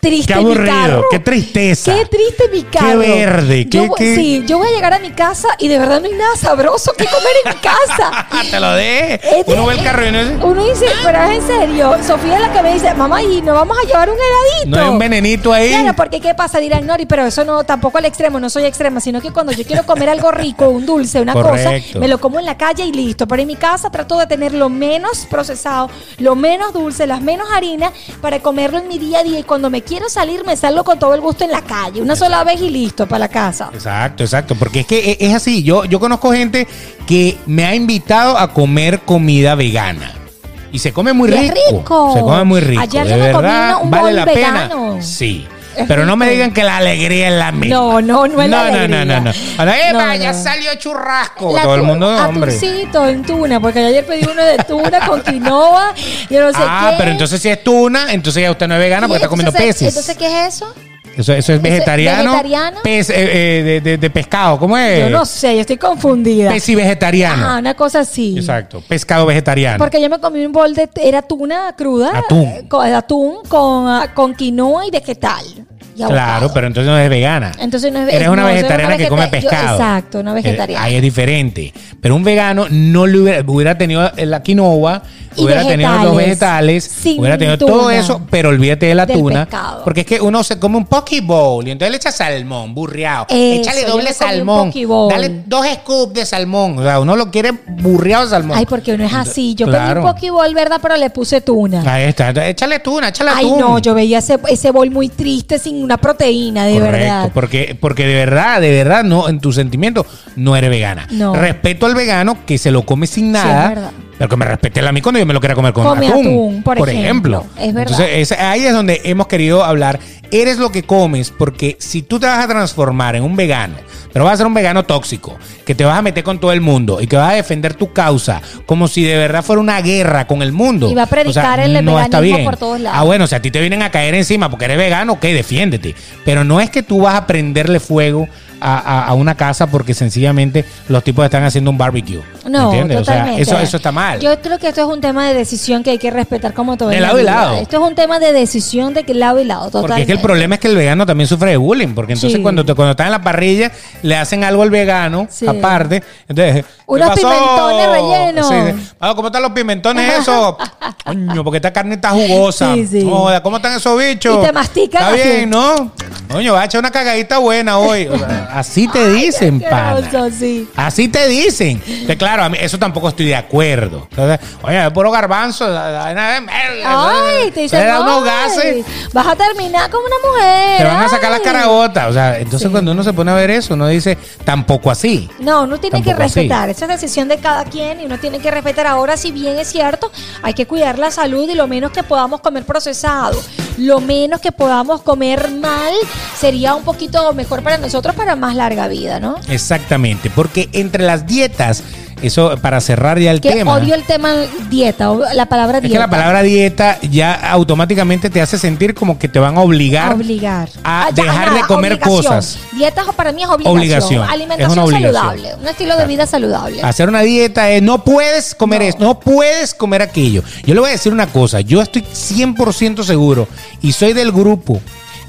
triste
Qué
mi
aburrido,
carro.
qué tristeza.
Qué triste mi carro.
Qué verde,
Yo
qué-
voy-
qué-
Sí, yo voy a llegar a mi casa y de verdad no hay nada sabroso que comer en mi casa.
Ah, Te lo dé.
Es de-
Uno ve el carro y no dice, "Ah".
Uno dice, pero es en serio. Sofía es la que me dice, mamá, y nos vamos a llevar un heladito.
No hay un venenito ahí.
Claro, porque ¿qué pasa? Dirán, Nori, pero eso no, tampoco al extremo, no soy extrema, sino que cuando yo quiero comer algo rico, un dulce, una
Correcto.
cosa, me lo como en la calle y listo. Pero en mi casa trato de tener lo menos procesado, lo menos dulce, las menos harinas para comerlo en mi día a día. Y cuando me quiero salir, me salgo con todo el gusto en la calle, una sola vez y listo para la casa.
Exacto, exacto. Porque es que e- es así. Yo, yo conozco gente que me ha invitado a comer comida vegana. Y se come muy
Y es
rico.
rico.
Se come muy rico.
Ayer
de
yo me comí
verdad,
una- un
vale
bowl
la
vegano.
pena. Sí.
Es
Pero no me
rico.
digan que la alegría es la misma.
No, no, no es
No,
la alegría.
no, eh, no. Ahora,
No,
"Epa,
no.
ya salió churrasco.
La
Todo el
tu-
mundo, hombre.
Atuncito en tuna, porque ayer pedí uno de tuna con quinoa, yo no sé
ah,
qué.
pero entonces si es tuna, entonces ya usted no es vegana porque
Y
está comiendo
entonces,
peces.
Entonces, ¿qué es eso?
Eso, eso es vegetariano.
vegetariano.
Pez, eh, eh, de, de- de pescado, ¿cómo es?
Yo no sé, yo estoy confundida.
Pez y vegetariano.
Ah, una cosa así.
Exacto, pescado vegetariano.
Porque yo me comí un bol de era tuna cruda,
Atún.
eh, con, atún con, ah, con quinoa y vegetal. y
claro,
abocado.
pero entonces no es vegana.
Entonces no es-
Eres una
no, soy una
vegetariana que
vegeta-
come
yo-
pescado.
exacto, una vegetariana.
Eh, ahí es diferente. Pero un vegano no le hubiera, hubiera tenido la quinoa,
Y
hubiera tenido los
vegetales,
vegetales,
sin
hubiera tenido todo
tuna.
eso, pero olvídate de la
Del
tuna.
pescado.
Porque es que uno se come un poke bowl y entonces le echa salmón, burreado.
Eso,
Échale
yo me
doble
comí un
salmón.
poke bowl.
Dale dos scoops de salmón. O sea, uno lo quiere burreado de salmón.
Ay, porque uno es así. Yo
Claro.
pedí un pokeball, ¿verdad? Pero le puse tuna.
Ahí está. Entonces, échale tuna, échale
Ay,
atún.
no, yo veía ese, ese bol muy triste sin una proteína, de
Correcto,
verdad.
porque porque de verdad, de verdad, no en tu sentimiento no eres vegana.
No.
Respeto al vegano que se lo come sin
es
nada,
verdad.
pero que me respete él a mí cuando yo me lo quiera comer con
Come
atún,
atún, por ejemplo. Es verdad.
Entonces, es- ahí es donde hemos querido hablar. Eres lo que comes, porque si tú te vas a transformar en un vegano, pero vas a ser un vegano tóxico, que te vas a meter con todo el mundo y que vas a defender tu causa como si de verdad fuera una guerra con el mundo.
Y va a predicar el
está
veganismo
bien.
por todos lados.
Ah, bueno, si a ti te vienen a caer encima porque eres vegano, ok, defiéndete. Pero no es que tú vas a prenderle fuego a, a- a una casa porque sencillamente los tipos están haciendo un barbecue.
No,
¿Entiendes? O sea,
totalmente.
eso, eso está mal.
Yo creo que esto es un tema de decisión que hay que respetar como todo.
De
en la
lado y
vida.
lado.
Esto es un tema de decisión de que lado y lado, totalmente.
Porque es que el problema es que el vegano también sufre de bullying. Porque entonces
Sí.
cuando, te, cuando está en la parrilla, le hacen algo al vegano,
Sí.
aparte. Entonces, ¿qué
Unos
pasó?
pimentones rellenos.
Sí, sí. Ah, ¿Cómo están los pimentones esos? Coño, porque esta carne está jugosa.
Sí, sí.
No joda, ¿Cómo están esos bichos?
Y te mastican
Está
así.
bien, ¿no? Coño, va a echar una cagadita buena hoy. O sea, así te dicen, pana.
asqueroso, sí.
Así te dicen. Que claro, a mí eso tampoco estoy de acuerdo. Entonces, oye, el puro garbanzo. la- la- la-
Ay, te dicen,
Le da unos
"Ay,
gases.
Vas a terminar como una mujer.
Te van a sacar
ay".
las carabotas. O sea, entonces
Sí.
cuando uno se pone a ver eso, uno dice tampoco así.
No, uno tiene que
Tampoco así.
respetar. Esa es decisión de cada quien y uno tiene que respetar. Ahora, si bien es cierto, hay que cuidar la salud y lo menos que podamos comer procesado, lo menos que podamos comer mal, sería un poquito mejor para nosotros para más larga vida, ¿no?
Exactamente, porque entre las dietas Eso, para cerrar ya el
Que
tema.
odio el tema dieta, o- la palabra
Es
dieta.
que la palabra dieta ya automáticamente te hace sentir como que te van a obligar.
obligar.
a
Ah, ya,
dejar de
nada,
comer
obligación.
cosas.
Dietas para mí es obligación.
Obligación. Es
Alimentación
una obligación.
saludable, un estilo de vida saludable.
Hacer una dieta es no puedes comer esto, no puedes comer aquello. Yo le voy a decir una cosa, yo estoy 100% seguro y soy del grupo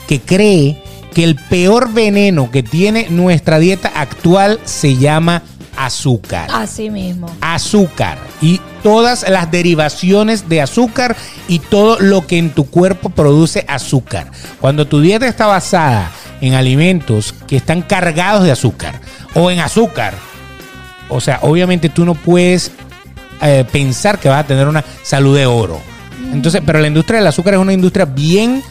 que cree que el peor veneno que tiene nuestra dieta actual se llama azúcar.
Así mismo.
azúcar y todas las derivaciones de azúcar y todo lo que en tu cuerpo produce azúcar. Cuando tu dieta está basada en alimentos que están cargados de azúcar o en azúcar, o sea, obviamente tú no puedes eh, pensar que vas a tener una salud de oro.
Mm.
Entonces, pero la industria del azúcar es una industria bien,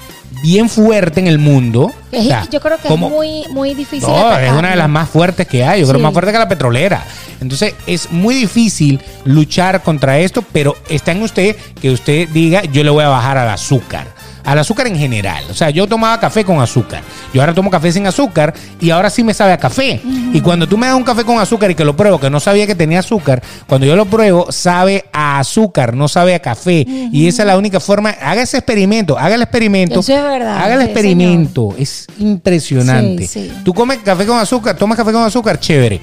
bien fuerte en el mundo.
Es-
O sea,
yo creo que
como-
es muy, muy difícil.
no, es
atacarlo.
una de las más fuertes que hay. Yo creo
Sí.
más fuerte que la petrolera. Entonces es muy difícil luchar contra esto, pero está en usted que usted diga yo le voy a bajar al azúcar. Al azúcar en general. O sea, yo tomaba café con azúcar. Yo ahora tomo café sin azúcar y ahora sí me sabe a café. Y cuando tú me das un café con azúcar y que lo pruebo, que no sabía que tenía azúcar, cuando yo lo pruebo, sabe a azúcar, no sabe a café. Y esa es la única forma. Haga ese experimento, haga el experimento.
Eso es verdad,
Haga el
sí,
experimento. Es impresionante.
Sí, sí.
Tú comes café con azúcar, tomas café con azúcar, chévere.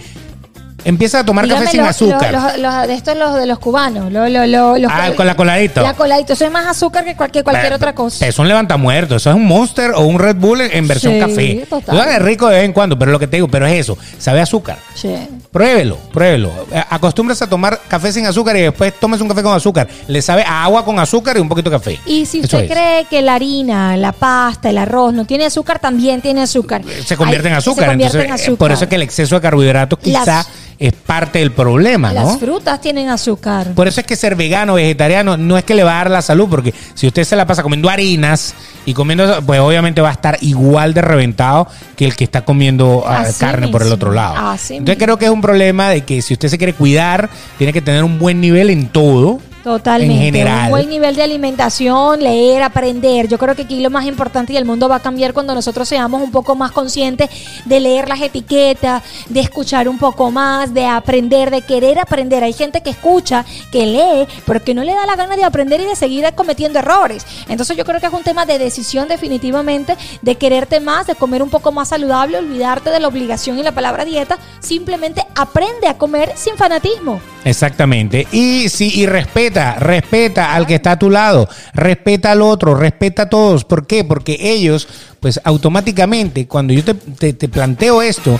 Empieza a tomar
Dígame
café sin
los-
azúcar.
los- los- los- de estos los de los cubanos. lo- lo- lo- los-
Ah, con la coladita.
La coladita. Eso es más azúcar que cualquier, cualquier
Pero,
otra cosa.
Eso es un levantamuerto, eso es un Monster o un Red Bull en versión
Sí,
café.
total.
Lo hagan rico de vez en cuando, pero lo que te digo, pero es eso, sabe a azúcar.
Sí.
Pruébelo, pruébelo. Eh, Acostúmbrese a tomar café sin azúcar y después tomes un café con azúcar. Le sabe a agua con azúcar y un poquito de café.
Y si
Eso
usted
es.
cree que la harina, la pasta, el arroz no tiene azúcar, también tiene azúcar.
se convierte
Ay,
en azúcar.
Se convierte
Entonces,
en
eh,
azúcar.
Por eso es que el exceso de carbohidratos quizá
Las-
es parte del problema, ¿no?
Las frutas tienen azúcar.
Por eso es que ser vegano, vegetariano, no es que le va a dar la salud, porque si usted se la pasa comiendo harinas y comiendo, eso, pues obviamente va a estar igual de reventado que el que está comiendo ah,
Así
carne por el
mismo,
otro lado.
así
Entonces
mismo.
creo que es un problema de que si usted se quiere cuidar, tiene que tener un buen nivel en todo.
Totalmente.
En general.
Un buen nivel de alimentación, leer, aprender. Yo creo que aquí lo más importante y el mundo va a cambiar cuando nosotros seamos un poco más conscientes de leer las etiquetas, de escuchar un poco más, de aprender, de querer aprender. Hay gente que escucha, que lee, pero que no le da la gana de aprender y de seguir cometiendo errores. Entonces yo creo que es un tema de decisión definitivamente, de quererte más, de comer un poco más saludable, olvidarte de la obligación y la palabra dieta. Simplemente aprende a comer sin fanatismo.
Exactamente. Y sí, y respeta, respeta al que está a tu lado, respeta al otro, respeta a todos. ¿Por qué? Porque ellos, pues automáticamente, cuando yo te, te- te planteo esto,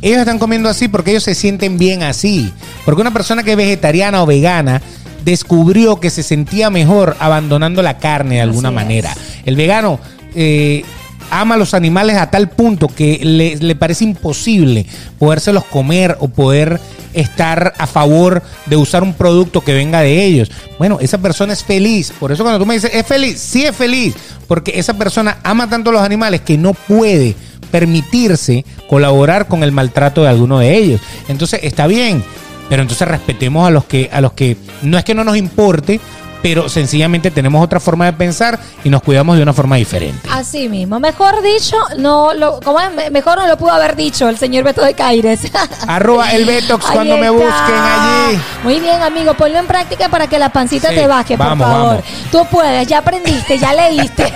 ellos están comiendo así porque ellos se sienten bien así. Porque una persona que es vegetariana o vegana descubrió que se sentía mejor abandonando la carne de alguna
Así es.
manera. El vegano eh, ama a los animales a tal punto que le, le parece imposible podérselos comer o poder estar a favor de usar un producto que venga de ellos. Bueno, esa persona es feliz. Por eso cuando tú me dices, es feliz, sí es feliz. Porque esa persona ama tanto a los animales que no puede permitirse colaborar con el maltrato de alguno de ellos. Entonces está bien, pero entonces respetemos a los que, a los que no es que no nos importe, pero sencillamente tenemos otra forma de pensar y nos cuidamos de una forma diferente.
Así mismo. Mejor dicho, no lo, ¿cómo es? Me- mejor no lo pudo haber dicho el señor Beto de Caires.
Arroba el Betox
Ah, Ahí
cuando me
está.
busquen allí.
Muy bien, amigo. Ponlo en práctica para que la pancita
Sí,
te baje,
vamos,
por favor.
vamos.
Tú puedes, ya aprendiste, ya leíste.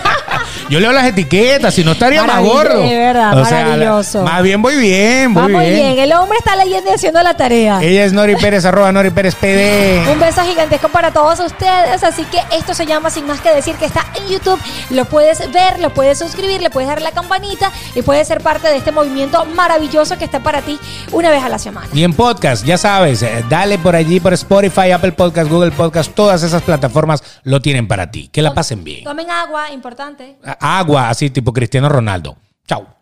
Yo leo las etiquetas, si no estaría más
Maravilloso,
gordo.
de verdad,
sea,
maravilloso.
más bien voy bien, voy
Vamos
bien. Eh.
bien. El hombre está leyendo y haciendo la tarea.
Ella es Nori Pérez, arroba Nori Pérez PD.
Un beso gigantesco para todos ustedes. Así que esto se llama Sin Más Que Decir, que está en YouTube. Lo puedes ver, lo puedes suscribir, le puedes dar la campanita y puedes ser parte de este movimiento maravilloso que está para ti una vez a la semana.
Y en podcast, ya sabes, eh, dale por allí, por Spotify, Apple Podcast, Google Podcast, todas esas plataformas lo tienen para ti. Que la pasen bien.
Tomen agua, importante.
Agua, así tipo Cristiano Ronaldo. Chao.